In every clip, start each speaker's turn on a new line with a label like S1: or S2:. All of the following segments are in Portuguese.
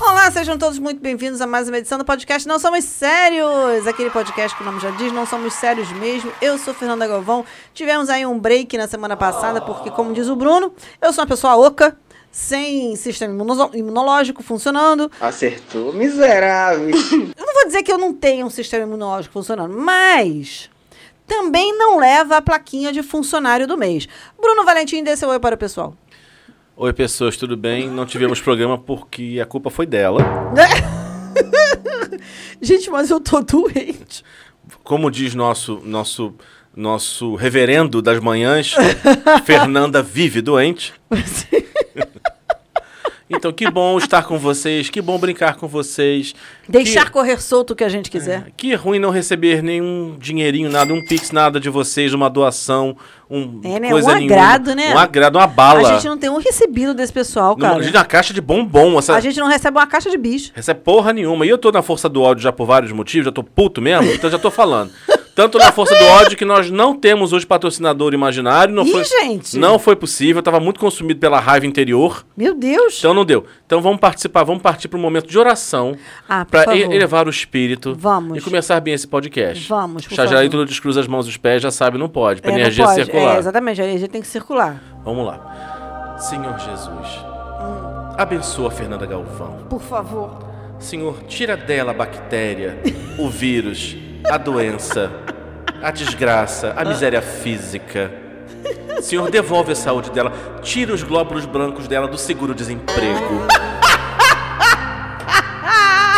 S1: Olá, sejam todos muito bem-vindos a mais uma edição do podcast Não Somos Sérios. Aquele podcast que o nome já diz, não somos sérios mesmo. Eu sou Fernanda Galvão. Tivemos aí um break na semana passada, porque, como diz o Bruno, eu sou uma pessoa oca, sem sistema imuno- imunológico funcionando.
S2: Acertou, miserável.
S1: Eu não vou dizer que eu não tenho um sistema imunológico funcionando, mas também não leva a plaquinha de funcionário do mês. Bruno Valentim, dê seu oi para o pessoal.
S3: Oi, pessoas, tudo bem? Não tivemos programa porque a culpa foi dela.
S1: Gente, mas eu tô doente.
S3: Como diz nosso nosso nosso reverendo das manhãs, Fernanda vive doente. Então, que bom estar com vocês, que bom brincar com vocês.
S1: Deixar
S3: que,
S1: correr solto o que a gente quiser.
S3: que ruim não receber nenhum dinheirinho, nada, um pix, nada de vocês, uma doação, um
S1: É, né?
S3: coisa
S1: Um
S3: nenhuma.
S1: agrado, né?
S3: Um agrado, uma bala.
S1: A gente não tem um recebido desse pessoal,
S3: Numa-
S1: cara.
S3: a gente na caixa de bombom, essa,
S1: A gente não recebe uma caixa de bicho.
S3: Recebe porra nenhuma. E eu tô na força do ódio já por vários motivos, já tô puto mesmo, então já tô falando. Tanto na força do ódio que nós não temos hoje patrocinador imaginário. Não
S1: Ih,
S3: foi,
S1: gente!
S3: Não foi possível, eu tava muito consumido pela raiva interior.
S1: Meu Deus!
S3: Então não deu. Então vamos participar, vamos partir para um momento de oração
S1: ah, por
S3: para
S1: favor.
S3: elevar o espírito
S1: Vamos.
S3: e começar bem esse podcast.
S1: Vamos, por
S3: Chajaí,
S1: favor.
S3: tudo descruza as mãos e os pés, já sabe, não pode.
S1: É,
S3: Pra
S1: não
S3: energia
S1: pode.
S3: circular.
S1: É, exatamente, a energia tem que circular.
S3: Vamos lá. Senhor Jesus,
S1: Hum.
S3: abençoa a Fernanda Galvão.
S1: Por favor.
S3: Senhor, tira dela a bactéria, o vírus, a doença, a desgraça, a miséria física. Senhor, devolve a saúde dela, tira os glóbulos brancos dela do seguro-desemprego.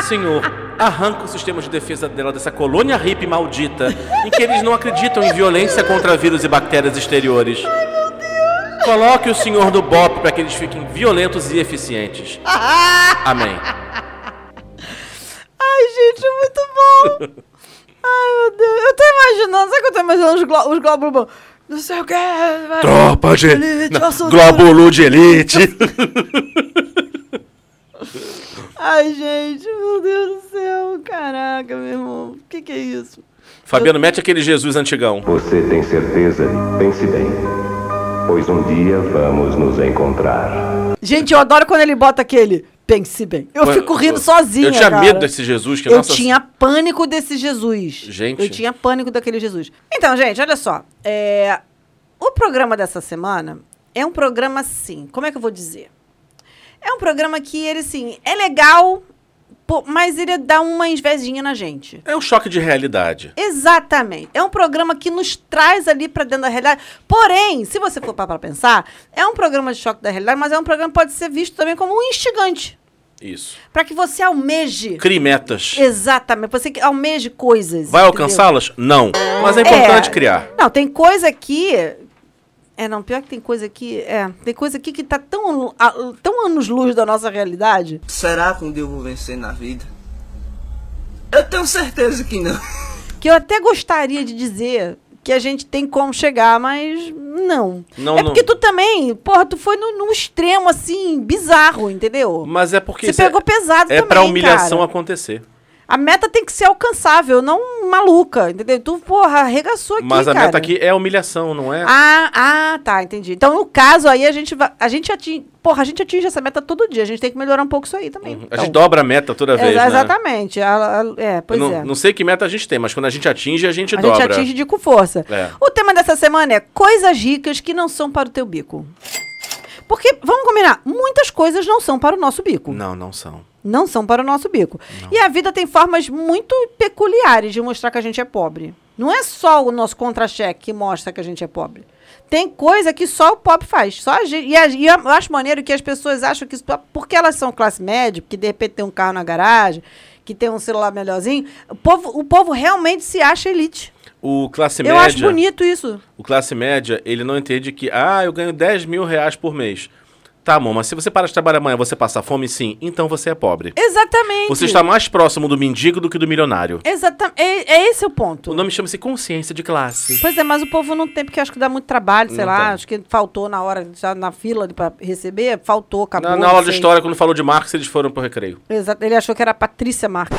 S3: Senhor, arranca o sistema de defesa dela dessa colônia hippie maldita em que eles não acreditam em violência contra vírus e bactérias exteriores. Coloque o Senhor no BOP para que eles fiquem violentos e eficientes. Amém.
S1: Ai, gente, é muito bom! Ai, meu Deus. Eu tô imaginando, sabe o que eu tô imaginando? Os, gló os glóbulos bom. Não sei o que. vai-
S3: Tropa de.
S1: Elite,
S3: na-
S1: assunto.
S3: Glóbulo de elite.
S1: Ai, gente, meu Deus do céu. Caraca, meu irmão. O que que é isso?
S3: Fabiano, mete aquele Jesus antigão.
S4: Você tem certeza? Pense bem, pois um dia vamos nos encontrar.
S1: Gente, eu adoro quando ele bota aquele. Pense bem. Eu fico rindo sozinha.
S3: Eu tinha
S1: cara.
S3: medo desse Jesus que
S1: Eu
S3: nossa-
S1: tinha pânico desse Jesus.
S3: Gente.
S1: Eu tinha pânico daquele Jesus. Então, gente, olha só. É, O programa dessa semana é um programa assim. Como é que eu vou dizer? É um programa que ele, assim, é legal, pô, mas ele dá uma invejinha na gente.
S3: É um choque de realidade.
S1: Exatamente. É um programa que nos traz ali pra dentro da realidade. Porém, se você for parar pra pensar, é um programa de choque da realidade, mas é um programa que pode ser visto também como um instigante
S3: Isso.
S1: Pra que você almeje.
S3: Crie metas.
S1: Exatamente. Você que almeje coisas.
S3: Vai
S1: entendeu?
S3: alcançá-las? Não. Mas é importante
S1: É.
S3: criar.
S1: Não, tem coisa aqui. É, não, pior que tem coisa aqui. É, tem coisa aqui que tá tão, a- tão anos-luz da nossa realidade.
S5: Será que um dia eu vou vencer na vida? Eu tenho certeza que não.
S1: Que eu até gostaria de dizer que a gente tem como chegar, mas não.
S3: Não,
S1: é
S3: não.
S1: porque tu também, porra, tu foi num num extremo assim, bizarro, entendeu?
S3: Mas é porque.
S1: Você
S3: isso
S1: pegou
S3: é,
S1: pesado
S3: É
S1: também,
S3: pra humilhação
S1: cara.
S3: acontecer.
S1: A meta tem que ser alcançável, não maluca, entendeu? Tu, porra, arregaçou aqui,
S3: Mas a
S1: cara.
S3: meta aqui é humilhação, não é?
S1: Ah, ah, tá, entendi. Então, no caso, aí a gente vai. A gente atinge. Porra, a gente atinge essa meta todo dia. A gente tem que melhorar um pouco isso aí também.
S3: Uhum. A gente dobra a meta toda vez. né?
S1: Exatamente. A- a- é,
S3: Eu
S1: pois
S3: não,
S1: é.
S3: não sei que meta a gente tem, mas quando a gente atinge, a gente
S1: a
S3: dobra.
S1: gente atinge de com força.
S3: É.
S1: O tema dessa semana é coisas ricas que não são para o teu bico. Porque, vamos combinar, muitas coisas não são para o nosso bico.
S3: Não, não são.
S1: Não são para o nosso bico. E a vida tem formas muito peculiares de mostrar que a gente é pobre. Não é só o nosso contra-cheque que mostra que a gente é pobre. Tem coisa que só o pobre faz. Só a gente, e, a- e eu acho maneiro que as pessoas acham que isso, porque elas são classe média, porque de repente tem um carro na garagem, que tem um celular melhorzinho, o povo, o povo realmente se acha elite.
S3: O classe
S1: eu
S3: média.
S1: acho bonito isso.
S3: O classe média, ele não entende que, ah, eu ganho 10 mil reais por mês. Tá, amor, mas se você para de trabalhar amanhã você passa fome, sim, então você é pobre.
S1: Exatamente.
S3: Você está mais próximo do mendigo do que do milionário.
S1: Exatamente. É, é esse o ponto.
S3: O nome chama-se consciência de classe.
S1: Pois é, mas o povo não tem, porque acho que dá muito trabalho, sei
S3: Não
S1: lá,
S3: tem.
S1: acho que faltou na hora, já na fila de- pra receber, faltou, acabou.
S3: Na, na
S1: não
S3: aula de
S1: sei.
S3: história, quando falou de Marx, eles foram pro recreio.
S1: Exato, ele achou que era Patrícia Marques.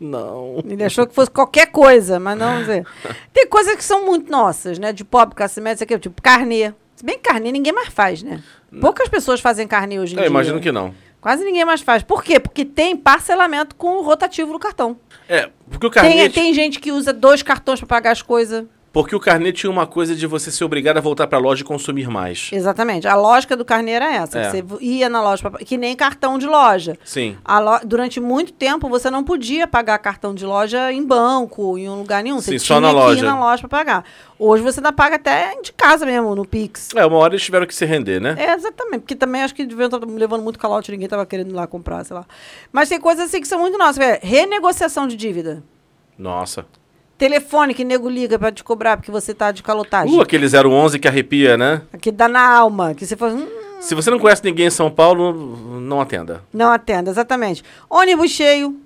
S3: Não.
S1: Ele achou que fosse qualquer coisa, mas não dizer. Tem coisas que são muito nossas, né? De pobre, classe média, isso aqui, tipo carnê. Se bem que carnê ninguém mais faz, né? Poucas pessoas fazem carnê hoje em
S3: Eu
S1: dia.
S3: imagino que não.
S1: Quase ninguém mais faz. Por quê? Porque tem parcelamento com o rotativo do cartão.
S3: É, porque o
S1: Tem,
S3: carnê,
S1: tem gente que usa dois cartões pra pagar as coisas.
S3: porque o carnê tinha uma coisa de você ser obrigado a voltar pra loja e consumir mais.
S1: Exatamente. A lógica do carnê era essa.
S3: É.
S1: que Você ia na loja, pra- que nem cartão de loja.
S3: Sim.
S1: A lo- Durante muito tempo, você não podia pagar cartão de loja em banco, em um lugar nenhum. Você
S3: Sim,
S1: tinha
S3: só na
S1: que
S3: loja.
S1: ir na loja pra pagar. Hoje você ainda paga até de casa mesmo, no Pix.
S3: É, uma hora eles tiveram que se render, né?
S1: É, exatamente. Porque também acho que deviam estar levando muito calote, ninguém tava querendo ir lá comprar, sei lá. Mas tem coisas assim que são muito nossas. É, renegociação de dívida.
S3: Nossa.
S1: Telefone que nego liga pra te cobrar porque você tá de calotagem.
S3: Uh, aquele 011 que arrepia, né?
S1: Que dá na alma. Que você fala... "Hum,
S3: Se você não conhece ninguém em São Paulo, não atenda.
S1: Não atenda, exatamente. Ônibus cheio.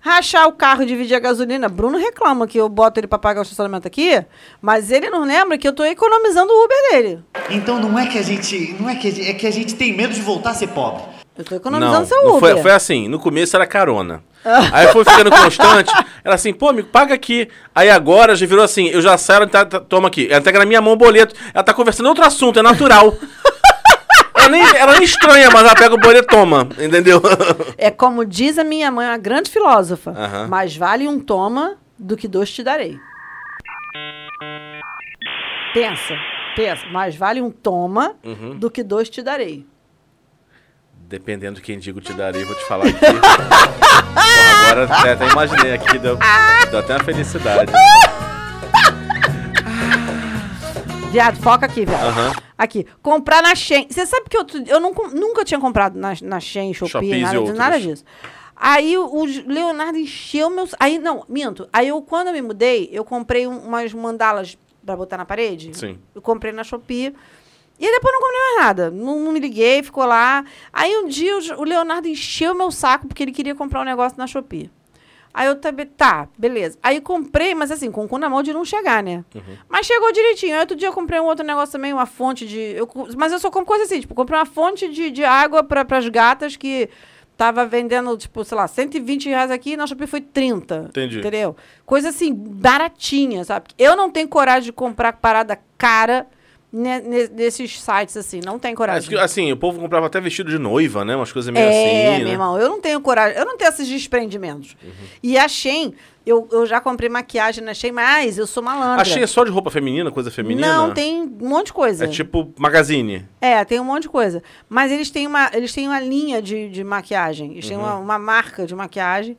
S1: Rachar o carro, dividir a gasolina. Bruno reclama que eu boto ele pra pagar o estacionamento aqui, mas ele não lembra que eu tô economizando o Uber dele.
S6: Então não é que a gente. Não é que a gente, é que a gente tem medo de voltar a ser pobre.
S1: Eu tô economizando
S3: Não,
S1: seu
S3: não
S1: Uber. Ah.
S3: foi, foi assim. No começo era carona. Aí foi ficando constante. Era assim, pô, amigo, paga aqui. Aí agora já virou assim, eu já saio, ela tá, tá- toma aqui. Ela pega na minha mão o boleto. Ela tá conversando outro assunto, é natural. ela, nem, ela nem estranha, mas ela pega o boleto e toma, entendeu?
S1: É como diz a minha mãe, uma grande filósofa.
S3: Aham.
S1: Mais vale um toma do que dois te darei. Pensa, pensa. Mais vale um toma
S3: Uhum.
S1: do que dois te darei.
S3: Dependendo de quem digo te darei, vou te falar aqui. Bom, agora até, até imaginei aqui, deu, deu até uma felicidade.
S1: Viado, foca aqui, viado.
S3: Aham.
S1: Aqui, comprar na Shein. Você sabe que eu, eu não com- nunca tinha comprado na, na Shein,
S3: Shopee
S1: Shopee,
S3: e
S1: nada, disso,
S3: outros.
S1: nada disso. Aí o o Leonardo encheu meus... Aí, não, minto. Aí eu, quando eu me mudei, eu comprei um- umas mandalas pra botar na parede.
S3: Sim.
S1: Eu comprei na Shopee. E depois eu não comprei mais nada. Não, não me liguei, ficou lá. Aí um dia o J- o Leonardo encheu meu saco porque ele queria comprar um negócio na Shopee. Aí eu também, tá, beleza. Aí comprei, mas assim, com o cu na mão de não chegar, né? Mas chegou direitinho. Aí outro dia eu comprei um outro negócio também, uma fonte de. eu co- mas eu só compro coisa assim, tipo, comprei uma fonte de, de água para as gatas que tava vendendo, tipo, sei lá, 120 reais aqui e na Shopee foi 30.
S3: Entendi.
S1: Entendeu? Coisa assim, baratinha, sabe? Eu não tenho coragem de comprar parada cara ne- ne- nesses sites, assim. Não tenho
S3: Acho que,
S1: coragem.
S3: assim, o povo comprava até vestido de noiva, né? Umas coisas meio
S1: É,
S3: assim.
S1: meu
S3: né? Uhum.
S1: irmão, eu não tenho coragem, eu não tenho esses desprendimentos. E a Shein, eu, eu já comprei maquiagem na Shein, mas eu sou malandra.
S3: Achei é só de roupa feminina, coisa feminina?
S1: Não, tem um monte de coisa.
S3: É tipo magazine.
S1: É, tem um monte de coisa. Mas eles têm uma, eles têm uma linha de, de maquiagem. Eles têm uma, uma marca de maquiagem.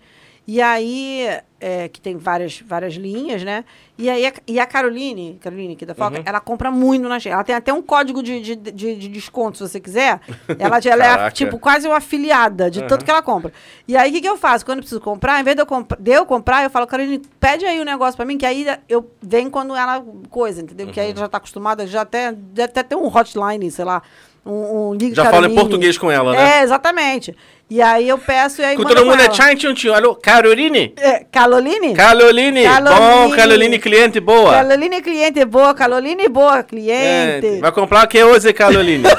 S1: E aí, é, que tem várias, várias linhas, né? E aí, a, e a Caroline, Caroline aqui da Foca, ela compra muito na Shein. Ela tem até um código de, de, de- de desconto, se você quiser. Ela, ela é,
S3: Caraca.
S1: tipo, quase uma afiliada de tanto que ela compra. E aí, o que, que eu faço? Quando eu preciso comprar, em vez de eu, comp- de eu comprar, eu falo, Caroline, pede aí o negócio pra mim, que aí eu venho quando ela coisa, entendeu?
S3: Uhum.
S1: Que aí já tá acostumada, já até, já até tem um hotline, sei lá, um, um ligue
S3: Já fala
S1: Caroline.
S3: em português com ela, né?
S1: É, exatamente. E aí eu peço e aí
S3: Com
S1: mando
S3: todo mundo é
S1: ela.
S3: tchan, tchan, tchan. Alô, Caroline?
S1: É, Caroline?
S3: Caroline!
S1: Caroline.
S3: Bom, Caroline, cliente boa.
S1: Caroline cliente boa, Caroline boa
S3: É,
S1: cliente.
S3: vai comprar o que hoje, Caroline?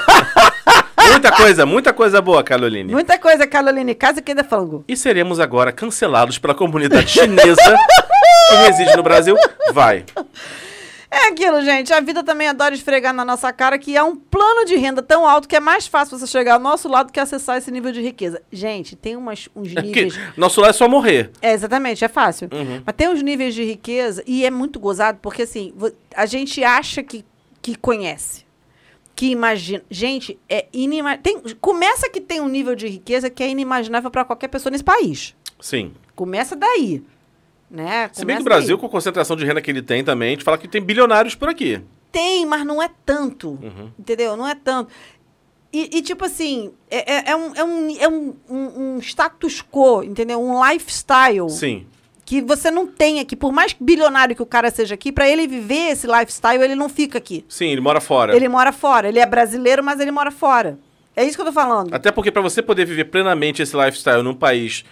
S3: muita coisa, muita coisa boa, Caroline.
S1: Muita coisa, Caroline. Casa que é da frango.
S3: E seremos agora cancelados pela comunidade chinesa que reside no Brasil. Vai.
S1: É aquilo, gente. A vida também adora esfregar na nossa cara que é um plano de renda tão alto que é mais fácil você chegar ao nosso lado que acessar esse nível de riqueza. Gente, tem umas, uns
S3: Porque
S1: níveis.
S3: nosso lar é só morrer.
S1: É, exatamente, é fácil.
S3: Uhum.
S1: Mas tem uns níveis de riqueza e é muito gozado, porque assim, vo- a gente acha que, que conhece, que imagina. Gente, é inimaginável. Começa que tem um nível de riqueza que é inimaginável para qualquer pessoa nesse país.
S3: Sim.
S1: Começa daí. Né?
S3: Se bem
S1: Começa
S3: que o Brasil,
S1: daí.
S3: com a concentração de renda que ele tem também, a gente fala que tem bilionários por aqui.
S1: Tem, mas não é tanto.
S3: Uhum.
S1: Entendeu? Não é tanto. E, e, tipo assim, é, é- é um, é, um, é um, um- um status quo, entendeu? Um lifestyle.
S3: Sim.
S1: que você não tenha que, por mais bilionário que o cara seja aqui, pra ele viver esse lifestyle, ele não fica aqui.
S3: Sim, ele mora fora.
S1: Ele mora fora. Ele é brasileiro, mas ele mora fora. É isso que eu tô falando.
S3: Até porque pra você poder viver plenamente esse lifestyle num país,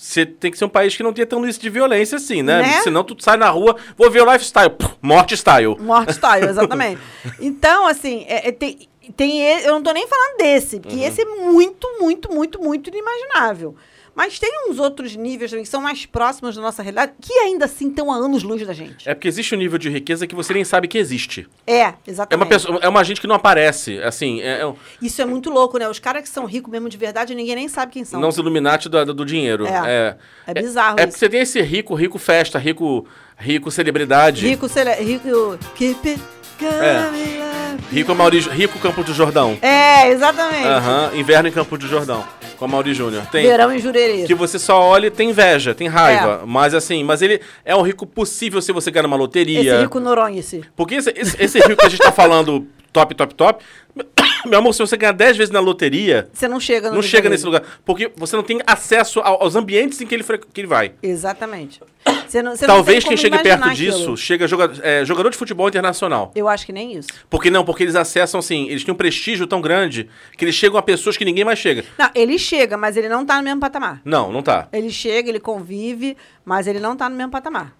S3: você tem que ser um país que não tenha tanto isso de violência assim, né?
S1: Né?
S3: Senão tu sai na rua, vou ver o lifestyle, puf, morte style.
S1: Morte style, exatamente. Então, assim, é- é, tem, tem. e- Eu não tô nem falando desse,
S3: Uhum.
S1: porque esse é muito, muito, muito, muito inimaginável. Mas tem uns outros níveis também que são mais próximos da nossa realidade, que ainda assim estão a anos-luz da gente.
S3: É porque existe um nível de riqueza que você nem sabe que existe.
S1: É,
S3: É
S1: exatamente.
S3: uma pessoa, é uma gente que não aparece, assim, é, é um-
S1: Isso é muito louco, né? Os caras que são ricos mesmo de verdade, ninguém nem sabe quem são.
S3: não os Illuminati do, do dinheiro.
S1: É.
S3: É,
S1: É bizarro
S3: É,
S1: isso.
S3: porque você tem esse rico, rico festa, rico, rico celebridade, rico,
S1: Rico, sei lá, rico. Keep it
S3: É.
S1: coming up.
S3: rico, é Maurício, rico Campo do Jordão.
S1: É, exatamente.
S3: Aham, inverno em Campo do Jordão, com a Mauri Júnior. Tem
S1: Verão em Jurerê.
S3: que você só olha e tem inveja, tem
S1: É.
S3: raiva, mas assim, mas ele é um rico possível se você ganhar uma loteria.
S1: Esse rico Noronha, esse.
S3: Porque esse, esse, esse rio que a gente tá falando top, top, top, meu amor, se você ganhar 10 vezes na loteria,
S1: Você não chega no
S3: não
S1: Rio de
S3: chega
S1: Janeiro.
S3: nesse lugar. Porque você não tem acesso ao- aos ambientes em que ele, fre- que ele vai.
S1: Exatamente. Você não, você não
S3: Talvez
S1: tem
S3: quem
S1: como
S3: chegue perto
S1: imaginar
S3: disso
S1: aquilo.
S3: chega joga, é, jogador de futebol internacional.
S1: Eu acho que nem isso.
S3: Porque não, porque eles acessam assim, eles têm um prestígio tão grande que eles chegam a pessoas que ninguém mais chega.
S1: Não, ele chega, mas ele não tá no mesmo patamar.
S3: Não, não tá.
S1: Ele chega, ele convive, mas ele não tá no mesmo patamar.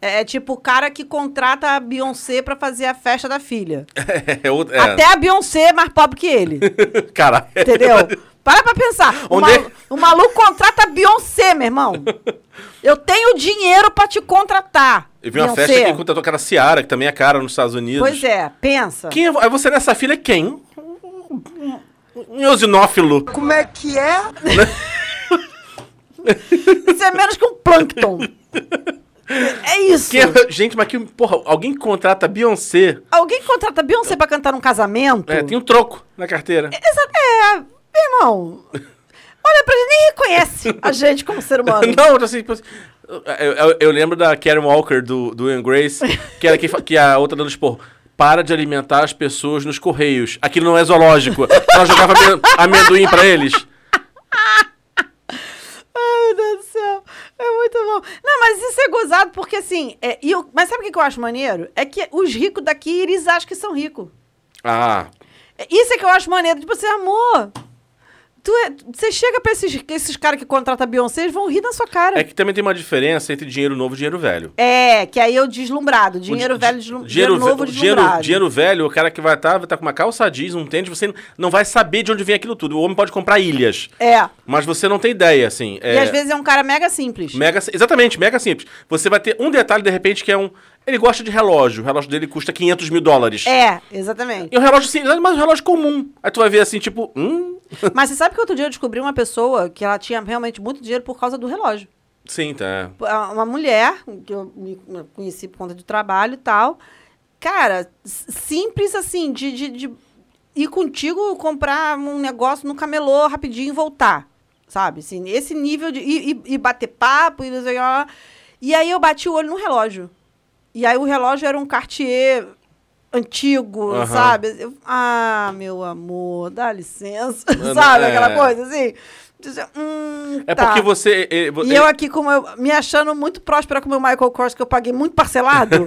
S1: É, é tipo o cara que contrata a Beyoncé pra fazer a festa da filha.
S3: É, outra- é,
S1: Até a Beyoncé é mais pobre que ele.
S3: Caralho.
S1: Entendeu? Para pra pensar. O,
S3: Onde é-
S1: malu- o maluco contrata a Beyoncé, meu irmão. Eu tenho dinheiro pra te contratar.
S3: Eu vi uma
S1: Beyoncé.
S3: festa que contratou aquela Ciara, que também é cara nos Estados Unidos.
S1: Pois é, pensa.
S3: Quem é, vo- aí você nessa fila é quem? Um eosinófilo.
S5: Como é que é?
S1: Isso é menos que um plâncton. É isso.
S3: Quem é- gente, mas que, porra, alguém que contrata Beyoncé,
S1: Alguém que contrata a Beyoncé pra cantar num casamento?
S3: é, tem um troco na carteira.
S1: Essa- é, meu irmão. Olha, pra gente nem reconhece a gente como ser humano.
S3: Não, assim, tipo assim, eu, eu- eu lembro da Karen Walker do, do Ian Grace, que era que, fa- que a outra dando esporro. Para de alimentar as pessoas nos correios. Aquilo não é zoológico. Ela jogava ame- amendoim pra eles.
S1: Ai, meu Deus do céu. É muito bom. Não, mas isso é gozado porque assim. É, e eu- mas sabe o que que eu acho maneiro? É que os ricos daqui, eles acham que são ricos.
S3: Ah,
S1: É, Isso é que eu acho maneiro. Tipo assim, amor. Tu é- você chega pra esses, esses caras que contratam a Beyoncé, eles vão rir na sua cara.
S3: é que também tem uma diferença entre dinheiro novo e dinheiro velho.
S1: É, que aí eu deslumbrado.
S3: O
S1: Dinheiro
S3: di-
S1: velho,
S3: di-
S1: deslum... dinheiro,
S3: ve-
S1: novo,
S3: dinheiro,
S1: deslumbrado.
S3: dinheiro velho, o cara que vai estar vai tá com uma calça jeans, um tênis, você não vai saber de onde vem aquilo tudo. O homem pode comprar ilhas.
S1: É.
S3: Mas você não tem ideia, assim.
S1: E
S3: é-
S1: às vezes é um cara mega simples.
S3: Mega, exatamente, mega simples. Você vai ter um detalhe, de repente, que é um... Ele gosta de relógio. O relógio dele custa 500 mil dólares.
S1: É, exatamente.
S3: E um relógio simples, mas um relógio comum. Aí tu vai ver assim, tipo... Hum...
S1: Mas você sabe que outro dia eu descobri uma pessoa que ela tinha realmente muito dinheiro por causa do relógio.
S3: Sim, tá.
S1: Tipo, é Uma mulher, que eu me conheci por conta de trabalho e tal. Cara, s- simples assim, de, de, de ir contigo comprar um negócio no camelô rapidinho e voltar. Sabe? Assim, esse nível de. E, e- e bater papo e não sei o que lá. E aí eu bati o olho no relógio. E aí o relógio era um Cartier antigo,
S3: Aham.
S1: sabe? Eu- ah, meu amor, dá licença. sabe? Aquela
S3: é.
S1: coisa assim. Hum,
S3: É
S1: tá.
S3: porque você... é, vo-
S1: E eu aqui como eu- me achando muito próspera com o meu Michael Kors, que eu paguei muito parcelado.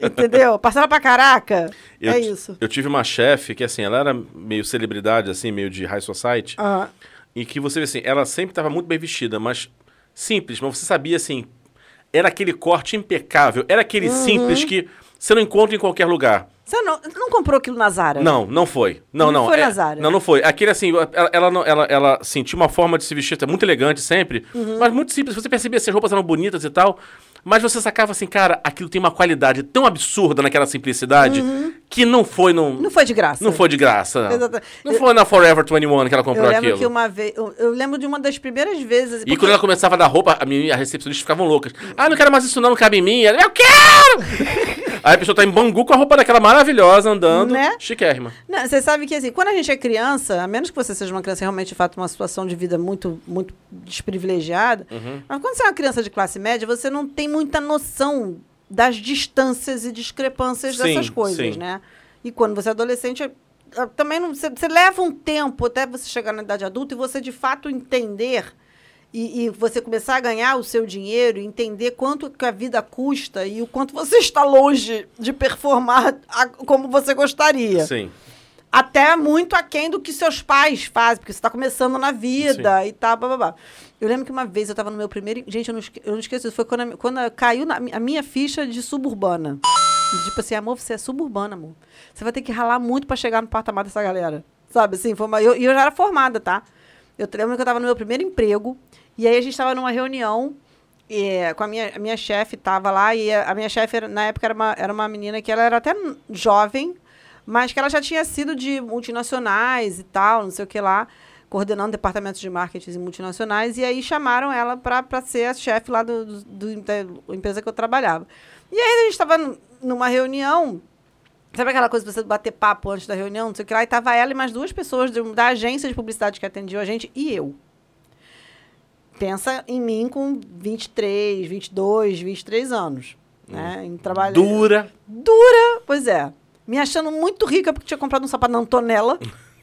S1: entendeu? Parcela pra caraca.
S3: eu
S1: é
S3: ti-
S1: isso.
S3: Eu tive uma chefe que, assim, ela era meio celebridade, assim, meio de high society.
S1: Aham.
S3: E que você vê assim, ela sempre estava muito bem vestida, mas simples, mas você sabia assim, era aquele corte impecável, era
S1: Uhum.
S3: aquele simples que você não encontra em qualquer lugar.
S1: Você não, não comprou aquilo na Zara?
S3: Não, não foi. Não,
S1: É. Não
S3: não.
S1: foi
S3: é-
S1: na Zara.
S3: Não, não foi. Aquele assim, ela, ela, não- ela, ela sentia uma forma de se vestir tá, muito elegante sempre,
S1: Uhum.
S3: mas muito simples. Você percebia se as roupas eram bonitas e tal, mas você sacava assim, cara, aquilo tem uma qualidade tão absurda naquela simplicidade que não foi num,
S1: Uhum. Não foi de graça.
S3: não foi de graça. Não,
S1: Exata-
S3: não foi na Forever 21 que ela
S1: Eu
S3: comprou
S1: lembro
S3: aquilo.
S1: que uma vez. Eu, eu lembro de uma das primeiras vezes.
S3: E quando ela começava a dar roupa, a menina, a recepcionista ficavam loucas. Ah, não quero mais isso não, não cabe em mim. Ela, eu quero! Aí a pessoa tá em Bangu com a roupa daquela maravilhosa, andando,
S1: Né?
S3: chiquérrima.
S1: Não, você sabe que assim, quando a gente é criança, a menos que você seja uma criança realmente de fato uma situação de vida muito muito desprivilegiada,
S3: Uhum.
S1: mas quando você é uma criança de classe média, você não tem muita noção das distâncias e discrepâncias
S3: Sim,
S1: dessas coisas,
S3: sim.
S1: né? E quando você é adolescente, é- é- também não, você, você leva um tempo até você chegar na idade adulta e você de fato entender e, e você começar a ganhar o seu dinheiro, entender quanto que a vida custa e o quanto você está longe de performar a- como você gostaria.
S3: Sim.
S1: Até muito aquém do que seus pais fazem, porque você está começando na vida e tal, bababá. Eu lembro que uma vez eu estava no meu primeiro. Gente, eu não, esque... eu não esqueço, isso foi quando, a mi- quando a- caiu na mi- a minha ficha de suburbana. E, Tipo assim, amor, você é suburbana, amor. Você vai ter que ralar muito para chegar no patamar dessa galera. Sabe assim? Foi uma... eu, e eu já era formada, tá? Eu te- lembro que eu estava no meu primeiro emprego, e aí a gente estava numa reunião é, com a minha, a minha chefe, estava lá, e a, a minha chefe, era- na época, era uma, era uma menina que ela era até n- jovem, mas que ela já tinha sido de multinacionais e tal, não sei o que lá, coordenando departamentos de marketing e multinacionais, e aí chamaram ela para ser a chefe lá do, do- do- da empresa que eu trabalhava. E aí a gente estava nu- numa reunião, Sabe aquela coisa de você bater papo antes da reunião, não sei o que lá? E tava ela e mais duas pessoas de- da agência de publicidade que atendiam a gente e eu. Pensa em mim com 23, 22, 23 anos. Né? Em trabalho.
S3: Dura.
S1: Dura, pois é. Me achando muito rica porque tinha comprado um sapato na Antonella.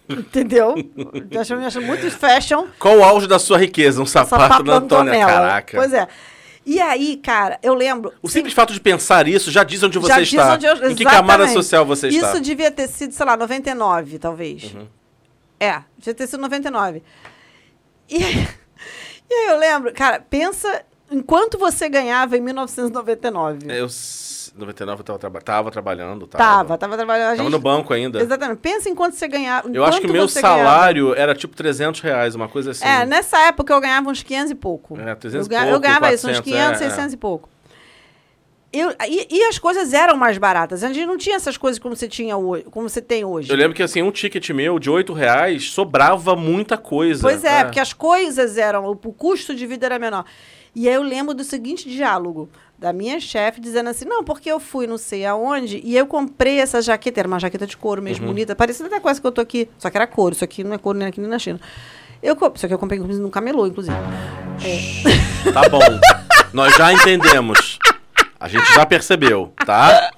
S1: entendeu? Me achando, me achando muito fashion um
S3: Qual o auge da sua riqueza? Um sapato,
S1: sapato
S3: na
S1: na
S3: Antônia.
S1: Antonella.
S3: Caraca.
S1: Pois é. E aí, cara, eu lembro.
S3: O simples fato de pensar isso já diz onde você
S1: Já diz
S3: está.
S1: onde eu-
S3: Em que camada
S1: exatamente.
S3: social você
S1: Isso
S3: está. Uhum.
S1: devia ter sido, sei lá, 99, talvez. É, devia ter sido 99. E, e aí eu lembro, cara, pensa em quanto você ganhava em 1999.
S3: Eu, s- 99 eu tava, traba- tava trabalhando. Tava,
S1: tava, tava trabalhando. A
S3: Tava
S1: gente-
S3: no banco ainda.
S1: Exatamente. Pensa em quanto você ganhava. em
S3: Eu acho que
S1: quanto
S3: meu
S1: você ganhava.
S3: salário era tipo 300 reais, uma coisa assim.
S1: É, nessa época eu ganhava uns 500 e pouco.
S3: É,
S1: eu,
S3: 300 e
S1: ga- eu
S3: pouco,
S1: ganhava isso, uns
S3: 400,
S1: 500,
S3: é, é.
S1: 600 e pouco. Eu, e, e as coisas eram mais baratas. A gente não tinha essas coisas como você, tinha hoje, como você tem hoje.
S3: Eu lembro que assim, um ticket meu de 8 reais sobrava muita coisa.
S1: Pois é, porque as coisas eram, o o custo de vida era menor. E aí eu lembro do seguinte diálogo da minha chefe dizendo assim: não, porque eu fui não sei aonde e eu comprei essa jaqueta, era uma jaqueta de couro
S3: Uhum.
S1: mesmo, bonita, parecida até com essa que eu tô aqui, só que era couro, isso aqui não é couro nem aqui nem na China. Eu, co- isso aqui eu comprei num camelô, inclusive.
S3: Tá bom. Nós já entendemos. A gente já percebeu, tá?